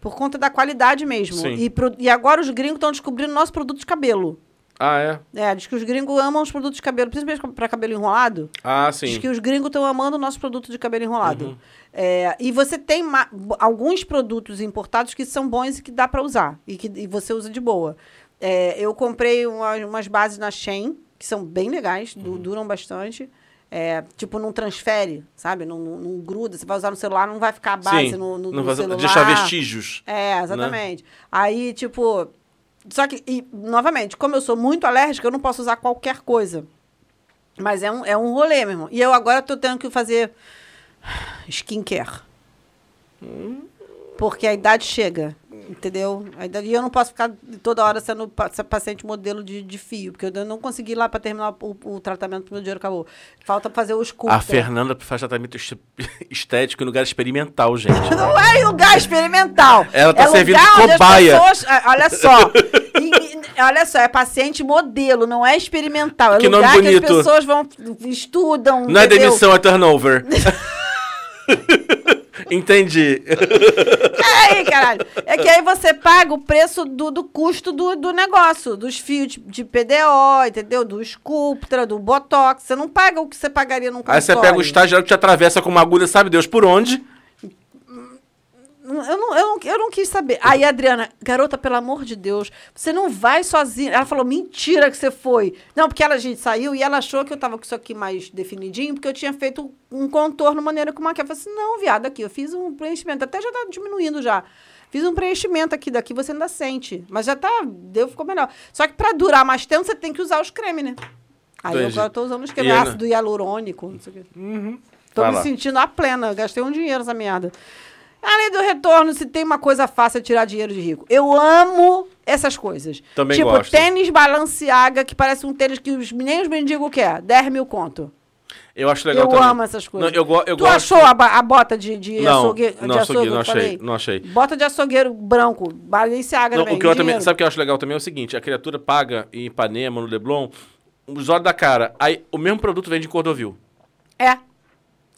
S1: Por conta da qualidade mesmo.
S3: Uhum. Sim.
S1: E, pro- e agora os gringos estão descobrindo nosso produto de cabelo.
S3: Ah, é?
S1: É, diz que os gringos amam os produtos de cabelo, principalmente pra cabelo enrolado.
S3: Ah,
S1: Diz
S3: sim. Uhum.
S1: que os gringos estão amando o nosso produto de cabelo enrolado. É, e você tem ma- bo- alguns produtos importados que são bons e que dá pra usar. E que e você usa de boa. É, eu comprei uma- umas bases na Shein, que são bem legais,
S3: Uhum.
S1: du- duram bastante. É, tipo, não transfere, sabe? Não, não- não gruda. Você vai usar no celular, não vai ficar a base
S3: sim.
S1: no, no,
S3: Não
S1: no
S3: vai-
S1: celular.
S3: Deixar vestígios.
S1: É, exatamente. Aí, tipo. Só que, e, novamente, como eu sou muito alérgica, eu não posso usar qualquer coisa. Mas é um, é um rolê, meu irmão. E eu agora tô tendo que fazer skincare. Porque a idade chega, entendeu? A idade, e eu não posso ficar toda hora sendo pa- se- paciente modelo de, de fio, porque eu não consegui ir lá para terminar o, o tratamento, porque meu dinheiro acabou. Falta fazer os cursos.
S3: A Fernanda faz tratamento est- estético em lugar experimental, gente.
S1: Não é lugar experimental.
S3: Ela tá
S1: é
S3: servindo
S1: lugar
S3: de
S1: onde as
S3: cobaia.
S1: pessoas- ah, olha só. E- e- olha só, é paciente modelo, não é experimental. É
S3: Que nome
S1: lugar que as
S3: bonito.
S1: pessoas vão estudam.
S3: Não é
S1: entendeu?
S3: demissão, é turnover. Entendi.
S1: Aí, caralho. É que aí você paga o preço do, do custo do, do negócio, dos fios de, de PDO, entendeu? Do Sculptra, do Botox. Você não paga o que você pagaria num
S3: Aí você
S1: consultório.
S3: pega o estagiário que te atravessa com uma agulha, sabe Deus por onde.
S1: Não, Eu não, eu, não, eu não quis saber. Aí, Adriana, garota, pelo amor de Deus, você não vai sozinha. Ela falou, mentira que você foi. Não, porque ela, a gente saiu e ela achou que eu tava com isso aqui mais definidinho, porque eu tinha feito um contorno maneiro com maquiagem. Eu falei assim, não, viado, aqui, eu fiz um preenchimento. Até já tá diminuindo já. Fiz um preenchimento aqui, daqui você ainda sente. Mas já tá, deu, ficou melhor. Só que pra durar mais tempo, você tem que usar os cremes, né? Aí eu
S3: Entendi.
S1: agora tô usando os
S3: E
S1: cremes,
S3: aí, né? Uhum.
S1: ácido hialurônico, não sei o quê. Tô
S3: Vai
S1: me
S3: lá.
S1: sentindo a plena. eu Gastei um dinheiro nessa merda. Além do retorno, se tem uma coisa fácil é tirar dinheiro de rico. Eu amo essas coisas.
S3: Também
S1: tipo,
S3: gosto.
S1: tênis Balenciaga, que parece um tênis que os, nem os mendigos querem. 10 mil conto.
S3: Eu acho legal
S1: eu
S3: também.
S1: amo essas coisas.
S3: Não, eu go- eu
S1: tu
S3: gosto-
S1: achou a, ba- a bota de, de
S3: Não,
S1: açougue-
S3: não,
S1: de açougue,
S3: açougue, não
S1: que eu
S3: achei,
S1: falei?
S3: não achei.
S1: Bota de açougueiro branco, Balenciaga
S3: Não,
S1: também.
S3: o que eu também,
S1: dinheiro.
S3: sabe o que eu acho legal também é o seguinte: a criatura paga em Ipanema, no Leblon, os olhos da cara. Aí o mesmo produto vende em Cordovil.
S1: É,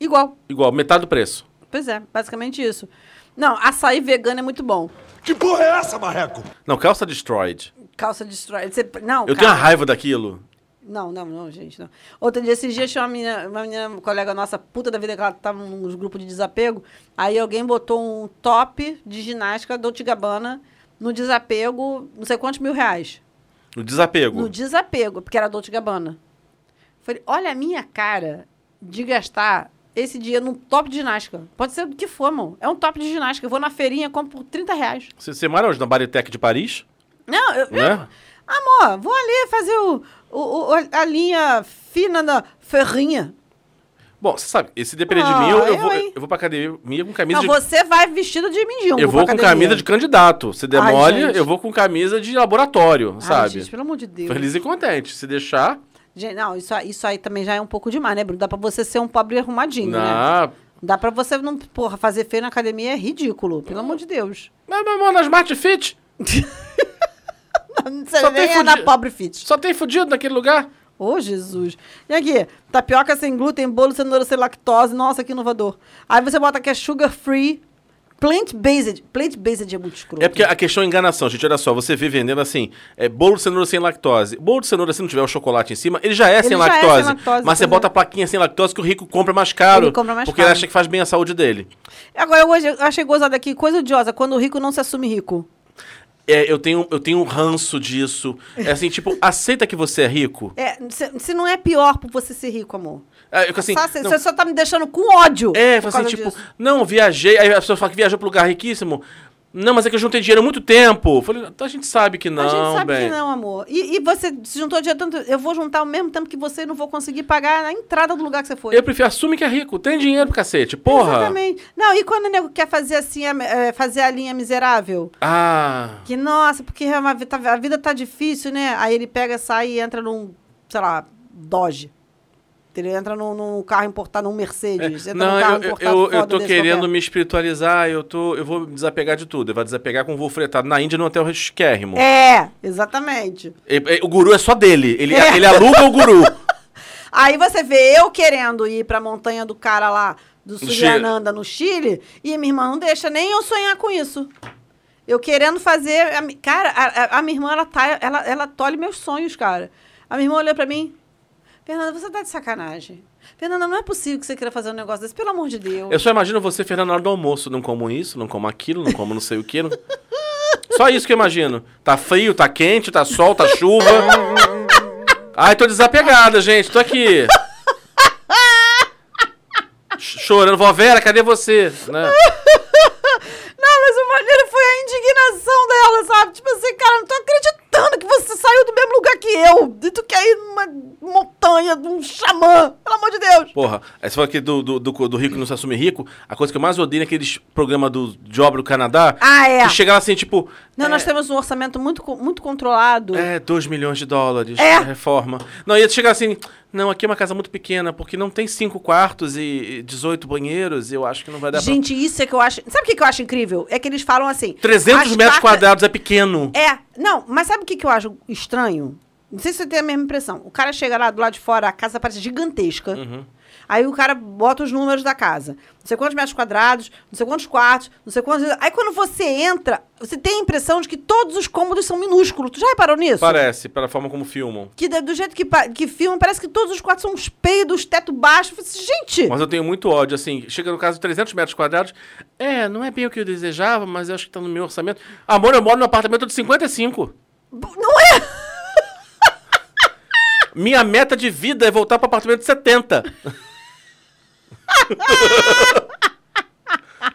S1: igual.
S3: Igual, metade do preço.
S1: Pois é, basicamente isso. Não, açaí vegano é muito bom.
S2: Que porra é essa, Marreco?
S3: Não, calça destroyed.
S1: Calça de stro- você Não,
S3: Eu
S1: calça.
S3: tenho a raiva daquilo.
S1: Não, não, não, gente, não. Outro dia, esses dias, tinha uma menina, uma menina, uma colega nossa, puta da vida, que ela tava num grupo de desapego, aí alguém botou um top de ginástica Dolce Gabbana no desapego, não sei quantos mil reais.
S3: No desapego.
S1: No desapego, porque era Dolce Gabbana. Falei, olha a minha cara de gastar esse dinheiro num top de ginástica. Pode ser o que for, mano. É um top de ginástica. Eu vou na feirinha, compro por 30 reais.
S3: Você, você mora hoje na Baritec de Paris?
S1: Não, eu,
S3: Né?
S1: Amor, vou ali fazer o, o- o- a linha fina da ferrinha.
S3: Bom, você sabe, e se depender de
S1: Ah,
S3: mim, eu, eu
S1: eu,
S3: vou,
S1: hein?
S3: eu vou pra academia com camisa
S1: Não,
S3: de.
S1: você vai vestido de mendigo.
S3: Eu vou
S1: pra
S3: com
S1: academia.
S3: camisa de candidato. Se der
S1: Ai,
S3: mole,
S1: gente.
S3: eu vou com camisa de laboratório,
S1: Ai,
S3: sabe?
S1: gente, pelo amor de Deus.
S3: Feliz e contente. Se deixar.
S1: Gente, não, isso, aí- isso aí também já é um pouco demais, né, Bruno? Dá pra você ser um pobre arrumadinho, né?
S3: Não.
S1: Dá pra você não, porra, fazer feio na academia é ridículo, pelo amor de Deus.
S3: Mas, meu amor, na Smart Fit
S1: Você
S3: Só tem
S1: nem é na
S3: fudido.
S1: pobre fit.
S3: só tem fudido naquele lugar.
S1: Ô, Jesus. E aqui, tapioca sem glúten, bolo, cenoura sem lactose. Nossa, que inovador. Aí você bota que é sugar free, plant-based. Plant-based é muito escroto.
S3: É porque a questão é enganação, gente. Olha só, você vê vendendo assim, é, bolo de cenoura sem lactose. Bolo de cenoura, se não tiver o chocolate em cima, ele já é,
S1: já é sem
S3: sem, lactose,
S1: lactose,
S3: Mas você
S1: pois
S3: bota
S1: é.
S3: a plaquinha sem lactose que o rico compra mais caro.
S1: Ele compra mais
S3: porque
S1: caro.
S3: ele acha que faz bem à saúde dele.
S1: Agora, hoje, eu achei gozado aqui, coisa odiosa, quando o rico não se assume rico.
S3: É, eu, tenho, eu tenho um ranço disso. É assim, tipo, aceita que você é rico.
S1: É, se, se não é pior por você ser rico, amor.
S3: É, eu, assim,
S1: Só- você
S3: não,
S1: só tá me deixando com ódio.
S3: É,
S1: por
S3: fala assim,
S1: causa
S3: tipo,
S1: disso.
S3: não, viajei. Aí a pessoa fala que viajou pra um lugar riquíssimo. Não, mas é que eu juntei dinheiro há muito tempo. Eu Falei, então a gente sabe que não,
S1: a gente sabe
S3: bem.
S1: que não, amor. E, e você se juntou dinheiro tanto. Eu vou juntar ao mesmo tempo que você e não vou conseguir pagar a entrada do lugar que você foi.
S3: Eu prefiro assume que é rico. Tem dinheiro pro cacete, porra.
S1: Exatamente. Não, e quando o nego quer fazer assim, é, é, fazer a linha miserável?
S3: Ah,
S1: Que, nossa, porque é uma vi- tá- a vida tá difícil, né? Aí ele pega, sai e entra num, sei lá, Dodge. Ele entra num, num carro importado, num Mercedes. entra
S3: É, não,
S1: tá num carro
S3: eu, eu,
S1: importado
S3: eu, eu
S1: foda
S3: tô
S1: desse
S3: querendo
S1: qualquer.
S3: me espiritualizar, eu, tô, eu vou me desapegar de tudo. Eu vou desapegar com um voo fretado na Índia num hotel risquérrimo.
S1: É, exatamente.
S3: E- e- O guru é só dele, ele,
S1: É.
S3: ele aluga o guru.
S1: Aí você vê eu querendo ir pra montanha do cara lá, do
S3: Chile.
S1: Sujananda, no Chile, e minha irmã não deixa nem eu sonhar com isso. Eu querendo fazer. a mi- cara, a, a- a minha irmã, ela, tá, ela, ela tolhe meus sonhos, cara. A minha irmã olhou pra mim. Fernanda, você tá de sacanagem. Fernanda, não é possível que você queira fazer um negócio desse, pelo amor de Deus.
S3: Eu só imagino você, Fernando, na hora do almoço. Não como isso, não como aquilo, não como não sei o que. não- Só isso que eu imagino. Tá frio, tá quente, tá sol, tá chuva. Ai, tô desapegada, gente. Tô aqui. Ch- Chorando. Vó Vera, cadê você? Né?
S1: Não, mas o maneiro foi a indignação dela, sabe? Tipo assim, cara, não tô acreditando que você saiu do mesmo lugar que eu. E tu quer ir numa montanha de um xamã, pelo amor de Deus.
S3: Porra, aí você falou aqui do, do, do, do rico que não se assume rico. A coisa que eu mais odeio é aqueles programas do Job do Canadá.
S1: Ah, é.
S3: Que chega lá assim, tipo...
S1: Não,
S3: é,
S1: nós temos um orçamento muito, co- muito controlado.
S3: É, 2 milhões de dólares.
S1: É.
S3: a Reforma. Não, ia chegar assim. Não, aqui é uma casa muito pequena, porque não tem cinco quartos e e 18 banheiros. Eu acho que não vai dar
S1: Gente, isso é que eu acho. Sabe o que que eu acho incrível? É que eles falam assim.
S3: pra. 300
S1: as
S3: metros
S1: cartas-
S3: quadrados é pequeno.
S1: É, não, mas sabe o que que eu acho estranho? Não sei se você tem a mesma impressão. O cara chega lá do lado de fora, a casa parece gigantesca.
S3: Uhum.
S1: Aí o cara bota os números da casa. Não sei quantos metros quadrados, não sei quantos quartos, não sei quantos. Aí quando você entra, você tem a impressão de que todos os cômodos são minúsculos. Tu já reparou nisso?
S3: Parece, pela forma como filmam.
S1: Que da- do jeito que, pa- que filma, parece que todos os quartos são uns peidos, teto baixo. Eu falei assim, Gente!
S3: Mas eu tenho muito ódio, assim. Chega no caso de 300 metros quadrados. É, não é bem o que eu desejava, mas eu acho que tá no meu orçamento. Amor, eu moro num apartamento de 55.
S1: Não é?
S3: Minha meta de vida é voltar pro apartamento de 70.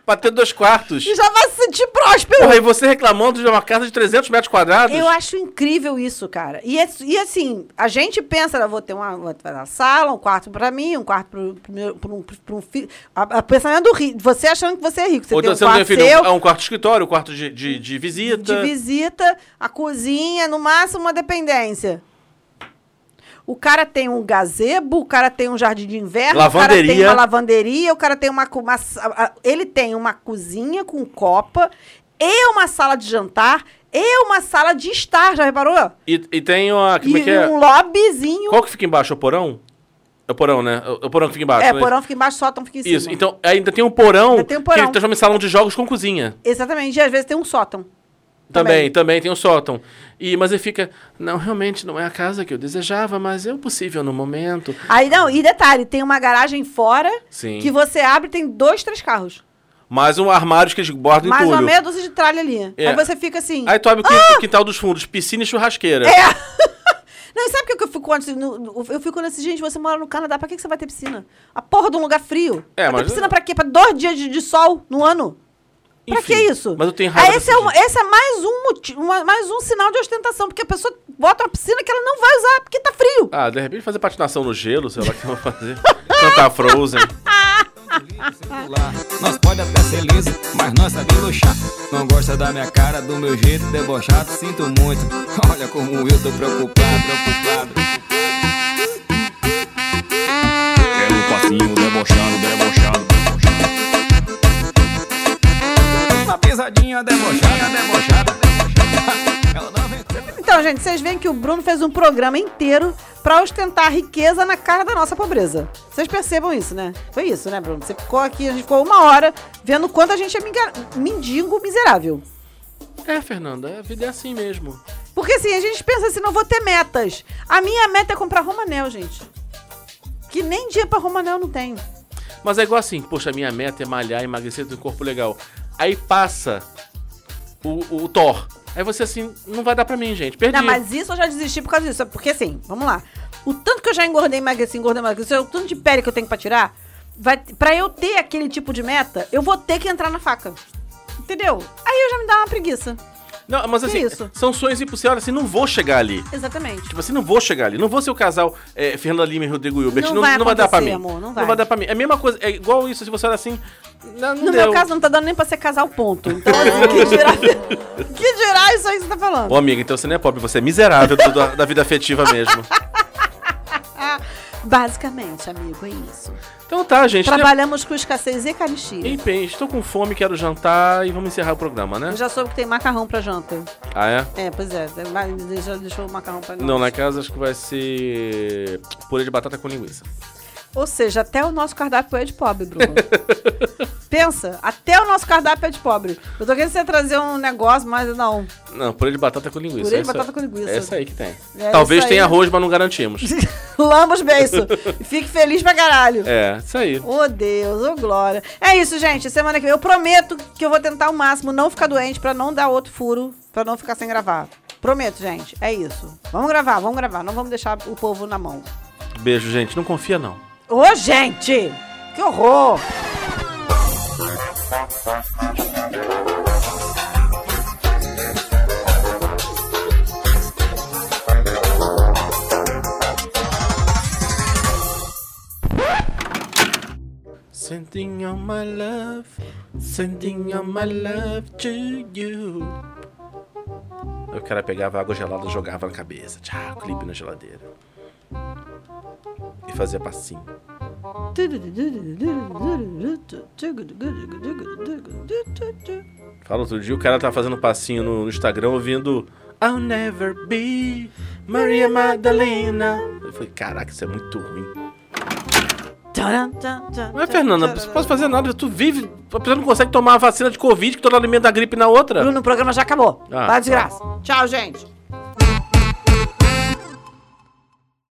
S3: pra ter dois quartos.
S1: E já vai se sentir próspero.
S3: Porra, e você reclamando de uma casa de 300 metros quadrados?
S1: Eu acho incrível isso, cara. E, é- e assim, a gente pensa, "Ah, vou ter uma, vou ter uma sala, um quarto pra mim, um quarto pro, pro meu- pro um, pro um filho. A- a- O pensamento do ri- você achando que você é rico. Você
S3: Ou
S1: tem
S3: então
S1: um
S3: você não tem
S1: quarto
S3: filho,
S1: seu,
S3: é um quarto de escritório, um quarto de, de, de visita.
S1: de visita, a cozinha, no máximo uma dependência. O cara tem um gazebo, o cara tem um jardim de inverno, o cara tem
S3: Lavanderia.
S1: uma lavanderia, o cara tem uma, co- uma sa- a- ele tem uma cozinha com copa, e uma sala de jantar, e uma sala de estar, já reparou?
S3: E, e tem uma. Como
S1: e
S3: é que é?
S1: um lobbyzinho.
S3: Qual que fica embaixo? É o porão? É o porão, né? É o porão que fica embaixo.
S1: É,
S3: né?
S1: porão fica embaixo, sótão fica em cima.
S3: Isso. Então ainda tem um porão,
S1: Ainda tem um porão.
S3: que transforma em salão de jogos com cozinha.
S1: Exatamente. E às vezes tem um sótão.
S3: Também, também, tem um sótão. E, mas ele fica. Não, realmente não é a casa que eu desejava, mas é o possível no momento.
S1: Aí não, e detalhe, tem uma garagem fora
S3: Sim.
S1: que você abre e tem dois, três carros.
S3: Mais um armário que eles guardam
S1: mais
S3: em
S1: uma
S3: tudo.
S1: meia dúzia de tralha ali.
S3: É.
S1: Aí você fica assim.
S3: Aí tu abre o quin- o quintal dos fundos, piscina e churrasqueira.
S1: É. Não, e sabe o que eu fico antes? No- no- Eu fico nesse, gente, você mora no Canadá, pra que que você vai ter piscina? A porra de um lugar frio.
S3: É,
S1: vai ter
S3: mas-
S1: piscina pra quê? Pra dois dias de, de sol no ano? Pra
S3: Enfim,
S1: que isso?
S3: mas eu tenho raiva
S1: Ah, esse,
S3: desse
S1: é um-
S3: jeito.
S1: esse é mais um, motivo, uma- mais um sinal de ostentação, porque a pessoa bota uma piscina que ela não vai usar, porque tá frio.
S3: Ah, de repente fazer patinação no gelo, sei lá o que eu vou fazer. Cantar Frozen.
S5: Nós pode até ser liso, mas nós sabemos chá. Não gosta da minha cara, do meu jeito debochado, sinto muito. Olha como eu tô preocupado, preocupado. um
S1: Então, vocês veem que o Bruno fez um programa inteiro pra ostentar a riqueza na cara da nossa pobreza. Vocês percebam isso, né? Foi isso, né, Bruno? Você ficou aqui, a gente ficou uma hora vendo quanto a gente é minga- mendigo miserável.
S3: É, Fernanda, a vida é assim mesmo.
S1: Porque assim, a gente pensa assim, não vou ter metas. A minha meta é comprar Romanel, gente. Que nem dia pra Romanel eu não tenho.
S3: Mas é igual assim, poxa, minha meta é malhar, emagrecer, ter um corpo legal. Aí passa o, o Thor. Aí você assim, não vai dar pra mim, gente. Perdi.
S1: Não, mas isso eu já desisti por causa disso. Porque assim, vamos lá. O tanto que eu já engordei, emagreci, engordei, emagreci, o tanto de pele que eu tenho pra tirar, vai, pra eu ter aquele tipo de meta, eu vou ter que entrar na faca. Entendeu? Aí eu já me dá uma preguiça.
S3: Não, mas
S1: Que
S3: assim,
S1: isso?
S3: são sonhos impossíveis, assim, não vou chegar ali.
S1: Exatamente.
S3: Tipo assim, não vou chegar ali. Não vou ser o casal é, Fernanda Lima e Rodrigo Hilbert.
S1: Não
S3: Não,
S1: vai
S3: não vai dar pra mim.
S1: acontecer, amor, não vai.
S3: dar pra mim. É a mesma coisa, é igual isso, se você olha assim. Não, não
S1: No
S3: deu.
S1: meu caso, não tá dando nem pra ser casal, ponto. Então, assim, que dirá, que dirá isso aí que você tá falando?
S3: Ô, amiga, então você não é pobre, você é miserável do- da, da vida afetiva mesmo.
S1: Basicamente, amigo, é isso.
S3: Então tá, gente. Trabalho.
S1: Trabalhamos com escassez e caristia.
S3: Enfim, estou com fome, quero jantar e vamos encerrar o programa, né?
S1: Eu já soube que tem macarrão pra janta.
S3: Ah, é?
S1: É, pois é. vai- Já deixou o macarrão pra nós.
S3: Não, na casa acho que vai ser purê de batata com linguiça.
S1: Ou seja, até o nosso cardápio é de pobre, Bruno. Pensa, até o nosso cardápio é de pobre. Eu tô querendo você trazer um negócio, mas não.
S3: Não, purê de batata com linguiça.
S1: Purê de
S3: essa-
S1: batata com linguiça.
S3: É essa aí que tem.
S1: É
S3: Talvez
S1: isso aí.
S3: tenha arroz, mas não garantimos.
S1: Lambos beijo. Fique feliz pra caralho.
S3: é, isso aí.
S1: Oh Deus, oh glória. É isso, gente. Semana que vem eu prometo que eu vou tentar o máximo não ficar doente pra não dar outro furo, pra não ficar sem gravar. Prometo, gente. É isso. Vamos gravar, vamos gravar. Não vamos deixar o povo na mão.
S3: Beijo, gente. Não confia, não.
S1: Ô, gente! Que horror!
S3: Sending all my love, sending all my love to you. Aí o cara pegava água gelada e jogava na cabeça. Tchau, clipe na geladeira. E fazia passinho. Fala outro dia, o cara tá fazendo passinho no, no Instagram ouvindo I'll never be Maria Madalena. Eu falei, caraca, isso é muito ruim. Não é, Fernanda, você não pode fazer nada, tu vive. Você não consegue tomar a vacina de Covid que tu tá no meio da gripe na outra.
S1: Bruno, o programa já acabou.
S3: Ah,
S1: Vai, desgraça. Tchau, gente.